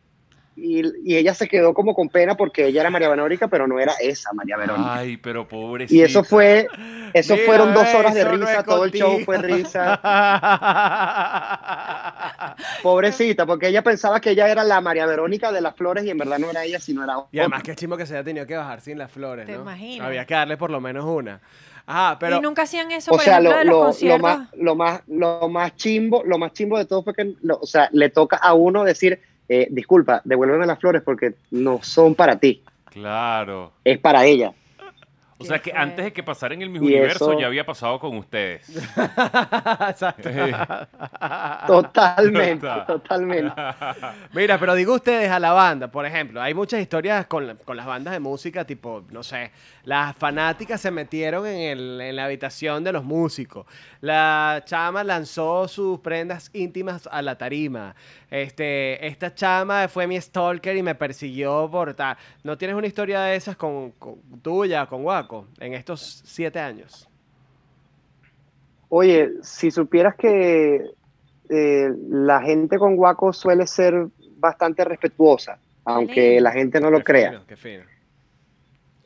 Y, y ella se quedó como con pena porque ella era María Verónica, pero no era esa María Verónica.
Ay, pero pobrecita.
Y eso fue, eso
Mira,
fueron dos
ve,
horas de
eso no
risa,
es
todo
contigo.
el show fue risa. Pobrecita, porque ella pensaba que ella era la María Verónica de las Flores y en verdad no era ella, sino era
Y además, qué chimo que se haya tenido que bajar sin las flores,
Te
¿no?
imaginas.
Había que darle por lo menos una. Ah, pero...
y nunca hacían eso,
o
por
sea,
ejemplo,
lo,
de los
lo- lo
conciertos.
más, lo, más, lo más chimbo, lo más chimbo de todo fue que, lo- o sea, le toca a uno decir,
eh, disculpa, devuélveme las flores porque no son para ti,
Claro.
es para ella.
O sea que antes de que pasara en el mismo
Y
universo
eso-
ya había pasado con ustedes.
Exacto.
Ah.
Totalmente, totalmente.
Mira, pero digo ustedes a la banda, por ejemplo, hay muchas historias con, la- con las bandas de música, tipo, no sé, las fanáticas se metieron en, el- en la habitación de los músicos, la chama lanzó sus prendas íntimas a la tarima, este, esta chama fue mi stalker y me persiguió por tal. ¿No tienes una historia de esas con, con- tuya, con Waco, en estos siete años?
Oye, si supieras que eh, la gente con Guaco suele ser bastante respetuosa, aunque la gente no lo crea.
Qué fino.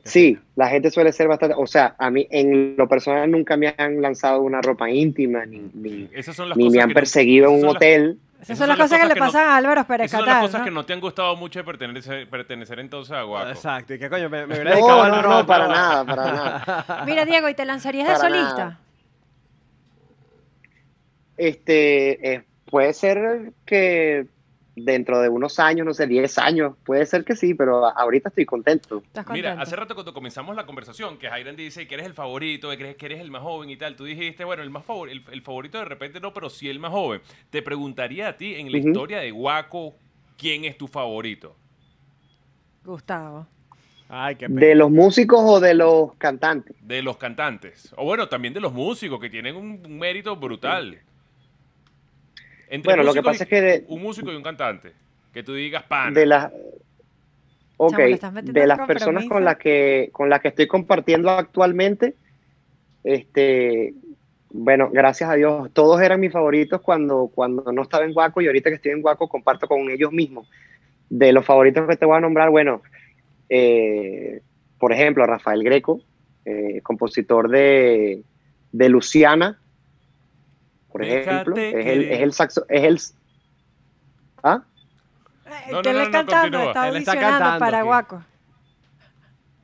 Sí, la gente suele ser bastante, o sea, a mí en lo personal nunca me han lanzado una ropa íntima ni, ni,
Esas son las
ni
cosas
me han
que no-
perseguido
esas
en un
son las-
hotel.
Esas son las cosas que le
no-
pasan a Álvaro Pérez
Esas son las
Catal,
cosas
¿no?
que no te han gustado mucho de pertenecer, pertenecer entonces a Guaco.
Exacto, y qué coño, me,
hubiera No, dedicado al no, no, rock, para ¿no? nada, para nada.
Mira, Diego, ¿y te lanzarías de
Para
solista?
nada. Este, eh, puede ser que dentro de unos años, no sé, 10 años, puede ser que sí, pero a- ahorita estoy contento.
Mira, hace rato cuando comenzamos la conversación, que Jairan dice que eres el favorito, que eres, que eres el más joven y tal, tú dijiste, bueno, el más favor, el, el favorito de repente no, pero sí el más joven. Te preguntaría a ti, en la
Ujú.
historia de Guaco, ¿quién es tu favorito?
Gustavo.
Ay, qué
¿De los músicos o de los cantantes?
De los cantantes. O bueno, también de los músicos, que tienen un, un mérito brutal. Entre
Bueno, lo que
músicos
pasa
y-
es que de-
Un músico y un cantante. Que tú digas pan.
De las Ok,
Chamo, le estás metiendo
de
un
las personas
compromiso.
con las que con las que estoy compartiendo actualmente, este, bueno, gracias a Dios, todos eran mis favoritos cuando, cuando no estaba en Guaco y ahorita que estoy en Guaco comparto con ellos mismos. De los favoritos que te voy a nombrar, bueno, eh, por ejemplo, Rafael Greco, eh, compositor de, de Luciana, por
Déjate
ejemplo, es el,
querer.
es el saxo, es el ¿Ah?
No,
que él
no,
es
no, no,
Eh, cantando,
continúa.
está
Él
está
audicionando
cantando
para
aquí.
Guaco.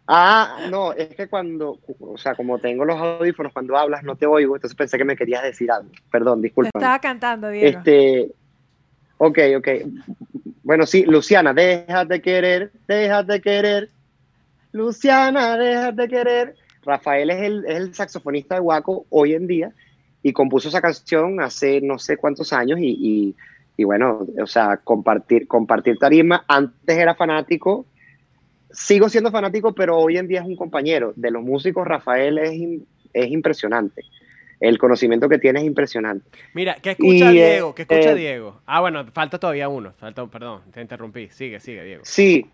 Ah, no, es que cuando, o sea, como tengo los audífonos, cuando hablas no te oigo, entonces pensé que me querías decir algo. Perdón, disculpa.
Estaba cantando, Diego.
Este, ok, ok. Bueno, sí, Luciana, déjate querer, déjate querer. Luciana, déjate querer. Rafael es el, es el saxofonista de Guaco hoy en día y compuso esa canción hace no sé cuántos años y, y- y bueno, o sea, compartir, compartir tarima. Antes era fanático, sigo siendo fanático, pero hoy en día es un compañero. De los músicos, Rafael es, im- es impresionante. El conocimiento que tiene es impresionante.
Mira, ¿qué escucha
Y, eh,
Diego? ¿Qué escucha
eh,
Diego? Ah, bueno, falta todavía uno. Falta, perdón, te interrumpí. Sigue, sigue, Diego.
Sí,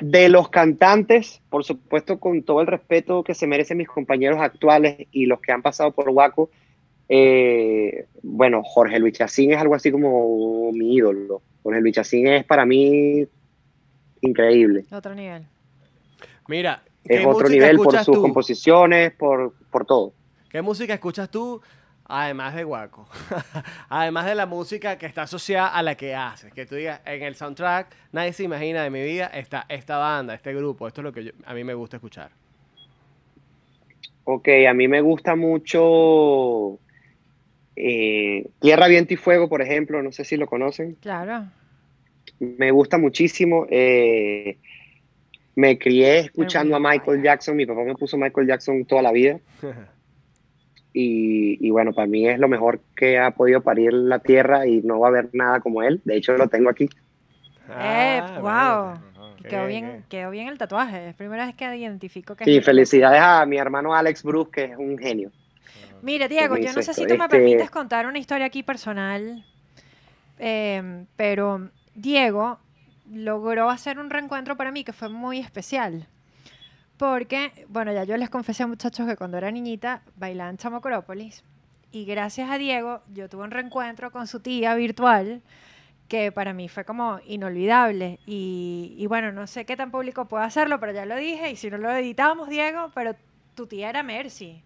de los cantantes, por supuesto, con todo el respeto que se merecen mis compañeros actuales y los que han pasado por Waco, eh, bueno, Jorge Luis Chacín es algo así como mi ídolo. Jorge Luis Chacín es para mí increíble.
Otro nivel.
Mira, ¿qué
Es otro
música
nivel por
escuchas
sus
tú?
composiciones, por, por todo.
¿Qué música escuchas tú? Además de Guaco. Además de la música que está asociada a la que haces. Que tú digas, en el soundtrack, nadie se imagina de mi vida, está esta banda, este grupo. Esto es lo que yo- a mí me gusta escuchar.
Ok, a mí me gusta mucho eh, Tierra, Viento y Fuego, por ejemplo, no sé si lo conocen.
Claro.
me gusta muchísimo. eh, me crié escuchando a Michael Jackson. Mi papá me puso Michael Jackson toda la vida. Y, y bueno, para mí es lo mejor que ha podido parir la tierra y no va a haber nada como él. De hecho, lo tengo aquí.
Ah,
eh, wow.
Qué
Quedó
bien,
bien, quedó bien el tatuaje. Es la primera vez que identifico que es
Y
mi-
felicidades a mi hermano Alex Bruce, que es un genio.
Mira, Diego,
me
yo no sé
hizo
si
esto.
tú me
Este-
permites contar una historia aquí personal, eh, pero Diego logró hacer un reencuentro para mí que fue muy especial. Porque, bueno, ya yo les confesé, muchachos, que cuando era niñita bailaba en Chamocrópolis. Y gracias a Diego, yo tuve un reencuentro con su tía virtual que para mí fue como inolvidable. Y, y bueno, no sé qué tan público puedo hacerlo, pero ya lo dije. Y si no lo editábamos, Diego, pero tu tía era Mercy.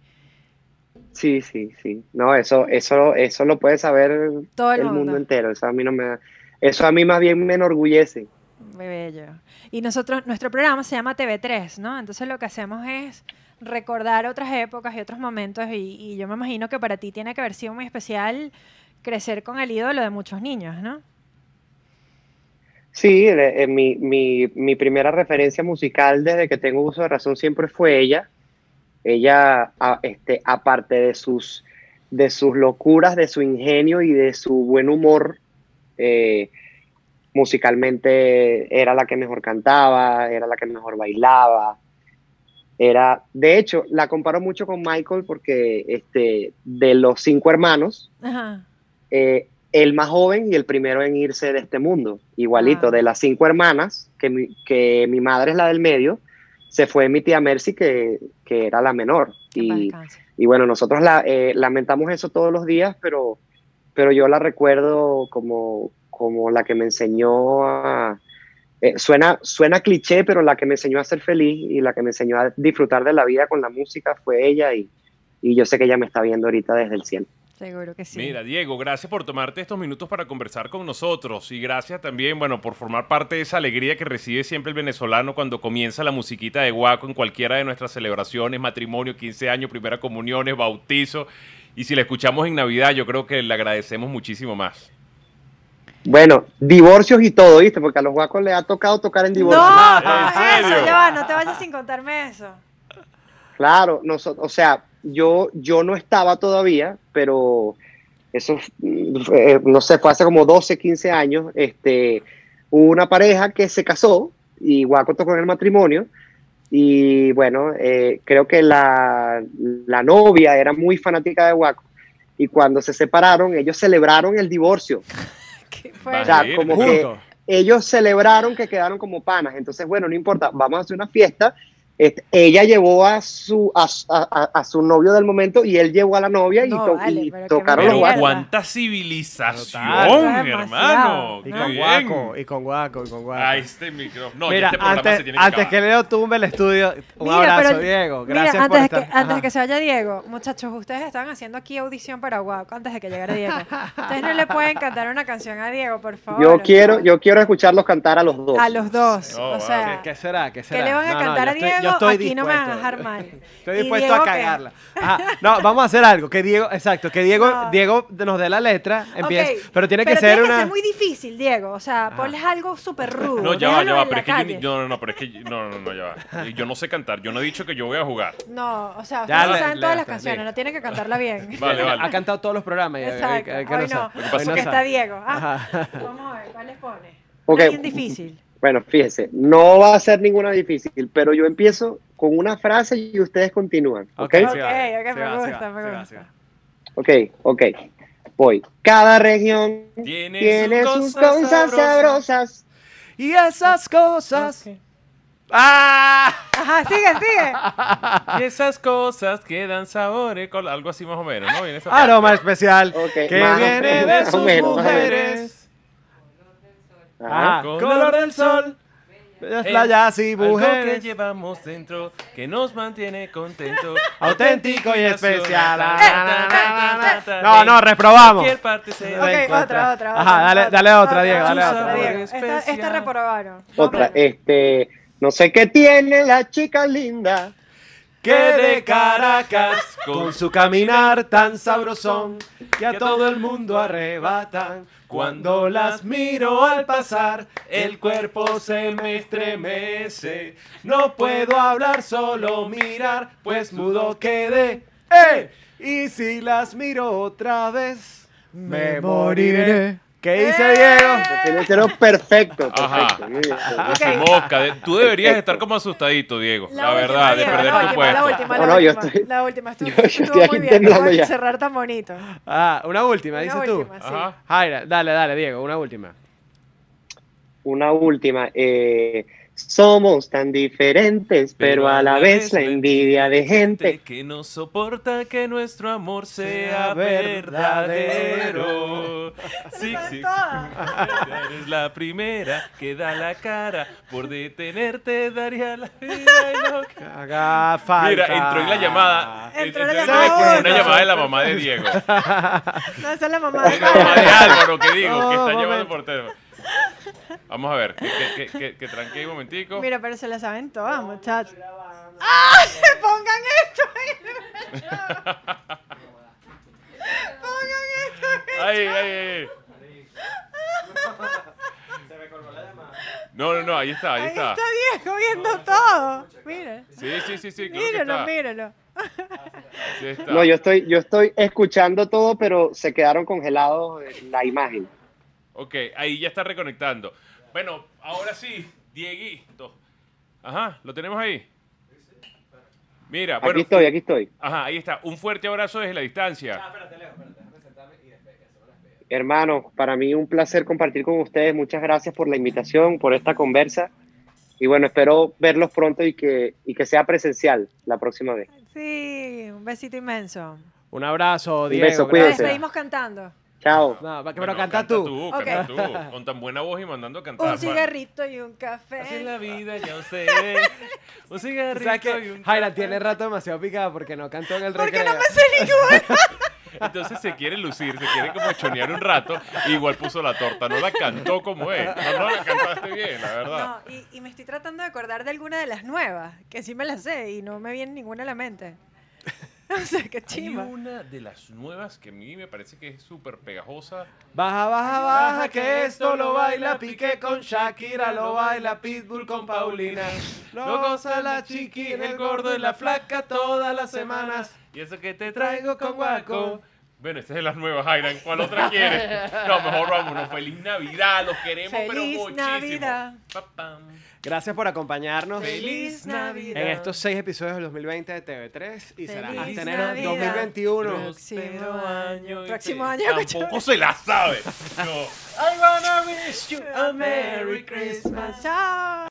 Sí, sí, sí. No, eso, eso, eso lo puede saber
Todo el
mundo.
mundo.
entero. Eso a mí no me, da- eso a mí más bien me enorgullece.
Muy bello. Y nosotros, nuestro programa se llama TV3, ¿no? Entonces lo que hacemos es recordar otras épocas y otros momentos y, y yo me imagino que para ti tiene que haber sido muy especial crecer con el ídolo de muchos niños, ¿no? Sí, de- eh, mi, mi- mi primera referencia musical desde que tengo uso de razón siempre fue ella. Ella, a- este, aparte de sus, de sus locuras, de su ingenio y de su buen humor, eh, musicalmente era la que mejor cantaba, era la que mejor bailaba. Era, de hecho, la comparo mucho con Michael porque este, de los cinco hermanos,
Ajá.
eh, el más joven y el primero en irse de este mundo. Igualito,
Ah.
de las cinco hermanas, que mi, que mi madre es la del medio, se fue mi tía Mercy, que, que era la menor. Y, y bueno, nosotros la, eh, lamentamos eso todos los días, pero, pero yo la recuerdo como, como la que me enseñó a... eh, suena, suena cliché, pero la que me enseñó a ser feliz y la que me enseñó a disfrutar de la vida con la música fue ella y, y yo sé que ella me está viendo ahorita desde el cielo.
Seguro que sí.
Mira, Diego, gracias por tomarte estos minutos para conversar con nosotros y gracias también, bueno, por formar parte de esa alegría que recibe siempre el venezolano cuando comienza la musiquita de Guaco en cualquiera de nuestras celebraciones, matrimonio, 15 años, primera comuniones, bautizo. Y si la escuchamos en Navidad, yo creo que le agradecemos muchísimo más.
Bueno, divorcios y todo, ¿viste? Porque a los guacos le ha tocado tocar en divorcio.
No,
¿En
eso,
serio?
ya va, no te vayas sin contarme eso.
Claro, nosotros, o sea, yo, yo no estaba todavía, pero eso, mm, fue, eh, no sé, fue hace como 12, 15 años, este, hubo una pareja que se casó y Guaco tocó en el matrimonio y bueno, eh, creo que la, la novia era muy fanática de Guaco y cuando se separaron ellos celebraron el divorcio.
Fue-
Pues,
O sea,
Vale,
como
juntos.
que ellos celebraron que quedaron como panas. Entonces, bueno, no importa, vamos a hacer una fiesta. Este, ella llevó a su, a, su- a- a- a su novio del momento y él llevó a la novia y,
No,
to-
vale,
y
pero qué
tocaron los
Pero
mierda.
guapos.
cuánta civilización,
Total,
hermano.
Y
Qué
con
Ah, bien.
guaco, y con guaco, y con guaco.
Ah, este micrófono. No,
Mira,
este programa
antes,
se tiene que
antes que
acabar.
Leo tumbe el estudio, un
Mira,
abrazo,
pero-
Diego.
mira,
Gracias
antes,
por
de
estar.
que, antes de
Ajá.
que se vaya Diego, muchachos, ustedes estaban haciendo aquí audición para Guaco antes de que llegara Diego. Ustedes no le pueden cantar una canción a Diego, por favor.
Yo quiero, yo quiero escucharlos cantar a los dos.
A los dos.
Oh,
o
wow.
sea,
¿Qué será? ¿Qué será?
que le van a
No, no,
cantar
yo
a
estoy- yo
Diego,
estoy
aquí no me van a
dispuesto.
dejar mal.
Estoy
Y
dispuesto
Diego,
a
¿qué?
cagarla. Ajá, no, vamos a hacer algo. Que Diego, exacto, que Diego,
No.
Diego nos dé la letra, empieza.
Ok,
Pero tiene que ser una. Ah.
muy difícil, Diego. O sea, ponles algo súper rudo.
No, ya va, ya
déjalo
va,
en
pero
la
es que yo,
calle.
ni- no, no, no, pero es que no, no, no, ya va. Yo no sé cantar, yo no he dicho que yo voy a jugar.
No, o sea,
Ya
ustedes
le-
saben
le
todas las
basta,
canciones,
Diego.
no tienen que cantarla bien.
Vale, vale.
Ha cantado todos los programas. ya, ya,
Exacto.
ya, ya, que
Hoy
sabe.
no,
Hoy no
porque está
sabe.
Diego. Ah,
Ajá.
vamos a ver, ¿cuál les pone?
Ok.
Alguien difícil.
Bueno, fíjense, no va a ser ninguna difícil, pero yo empiezo con una frase y ustedes continúan. ¿Ok?
Ok,
Ok, ok,
se
me
va, se
gusta,
va,
me
se va,
gusta.
se va.
Ok, ok. Voy. Cada región
Tiene,
tiene sus cosas sabrosas.
Y esas cosas. ¡Ah!
Ajá, sigue, sigue.
Y esas cosas que dan sabor, eh, col- algo así más o menos, ¿no? Viene esa parte.
Aroma especial.
Ok,
Que
más o
viene de
menos, más o
sus
menos, más o menos.
mujeres.
Ajá.
Ah, color del sol. Las
El-
playas y
Algo que
mujeres.
llevamos dentro, que nos mantiene contento.
Auténtico y especial. Ah,
nacional.
No, no, reprobamos.
Cualquier parte se-
Ok.
Ok, otra, otra.
Ajá,
otra,
dale- dale otra, Diego, dale
otra.
Diego. Esta, esta reprobaron.
Otra,
Vamos.
este, no sé qué tiene la chica linda.
Que de Caracas, con su caminar tan sabrosón, que a todo el mundo arrebatan. Cuando las miro al pasar, el cuerpo se me estremece. No puedo hablar, solo mirar, pues mudo quedé. ¡Eh! Y si las miro otra vez, me moriré. ¿Qué dice
¡Eh!
Diego?
Tiene que ser perfecto,
Ajá.
perfecto. muy bien.
Se mosca, de- tú deberías estar como asustadito, Diego. La, verdad,
última,
de
Diego,
perder
la
tu
última,
puesto.
La última, la
No, no, yo
última.
estoy-
La última, estuvo,
yo- yo
estuvo
estoy aquí
muy bien.
temblando
acabas de
ya.
cerrar tan bonito.
Ah, una última,
Una
dices tú.
última, sí.
Ajá.
Jaira, dale, dale, Diego, una última.
Una última. eh, somos tan diferentes, pero a la vez la envidia de gente.
que no soporta que nuestro amor sea
Sea verdadero.
verdadero. Sí,
Eso es
sí.
todo.
Eres la primera que da la cara. Por detenerte daría la vida y lo que-
Haga falta.
Mira, entró en la llamada.
Entró la
en
llamada.
con una llamada de la mamá de Diego. La
No, esa es la mamá de
mamá de Álvaro, que digo,
No,
que está
momento.
llamando por teléfono. Vamos a ver, que, que, que, que, que tranquee un momentico.
Mira, pero se la saben todas, muchachos. ¡Ah! ¡Pongan esto! en el programa! ¡Pongan esto! en el
Ay, ay, ay.
Se me colgó la llamada.
No, no, no, ahí está, ahí, está.
Está viejo viendo todo. Mira.
Sí, sí, sí, sí, claro que
Míralo,
está.
míralo.
Sí está.
No, yo estoy, yo estoy escuchando todo, pero se quedaron congelados en la imagen.
Ok, ahí ya está reconectando. Bueno, ahora sí, Dieguito. Ajá, lo tenemos ahí. Mira, bueno.
Aquí estoy, aquí estoy.
Ajá, ahí está. Un fuerte abrazo desde la distancia.
Hermano, para mí un placer compartir con ustedes. Muchas gracias por la invitación, por esta conversa. Y bueno, espero verlos pronto y que, y que sea presencial la próxima vez.
Sí, un besito inmenso.
Un abrazo,
Un
Diego.
beso,
Nos
cuídense.
gracias.
despedimos cantando.
Chao.
No, pero
Bueno,
canta, tú.
canta
Ok.
tú, Con tan buena voz y mandando a cantar.
Un cigarrito y un café.
Así es la vida,
ya sé. Un
O sea que Jaira tiene rato demasiado picada porque no cantó en el recreo.
no me sé ninguna?
Entonces se quiere lucir, se quiere como chonear un rato. y igual puso la torta, no la cantó como es. No, no la cantaste bien, la verdad.
No, y, y me estoy tratando de acordar de alguna de las nuevas, que sí me las sé y no me viene ninguna a la mente. O sea, qué
Hay
chimba.
una de las nuevas que a mí me parece que es súper pegajosa.
Baja, baja, baja, que esto lo baila Piqué con Shakira, lo baila Pitbull con Paulina. Lo goza la chiqui, el gordo y la flaca todas las semanas.
Y eso que te
Te traigo con guaco.
Bueno, esta es de las nuevas, Jairan. ¿Cuál otra quieres? No, mejor vámonos. Feliz Navidad, los queremos, pero
Feliz
muchísimo.
Navidad.
Pa, pam.
Gracias por acompañarnos.
Feliz Navidad.
En estos seis episodios del 2020 de TV3 y será hasta
Feliz
enero
Navidad.
2021.
Próximo año. Próximo año.
Tampoco se la sabe. No.
I wanna wish you a
Merry Christmas. Chao.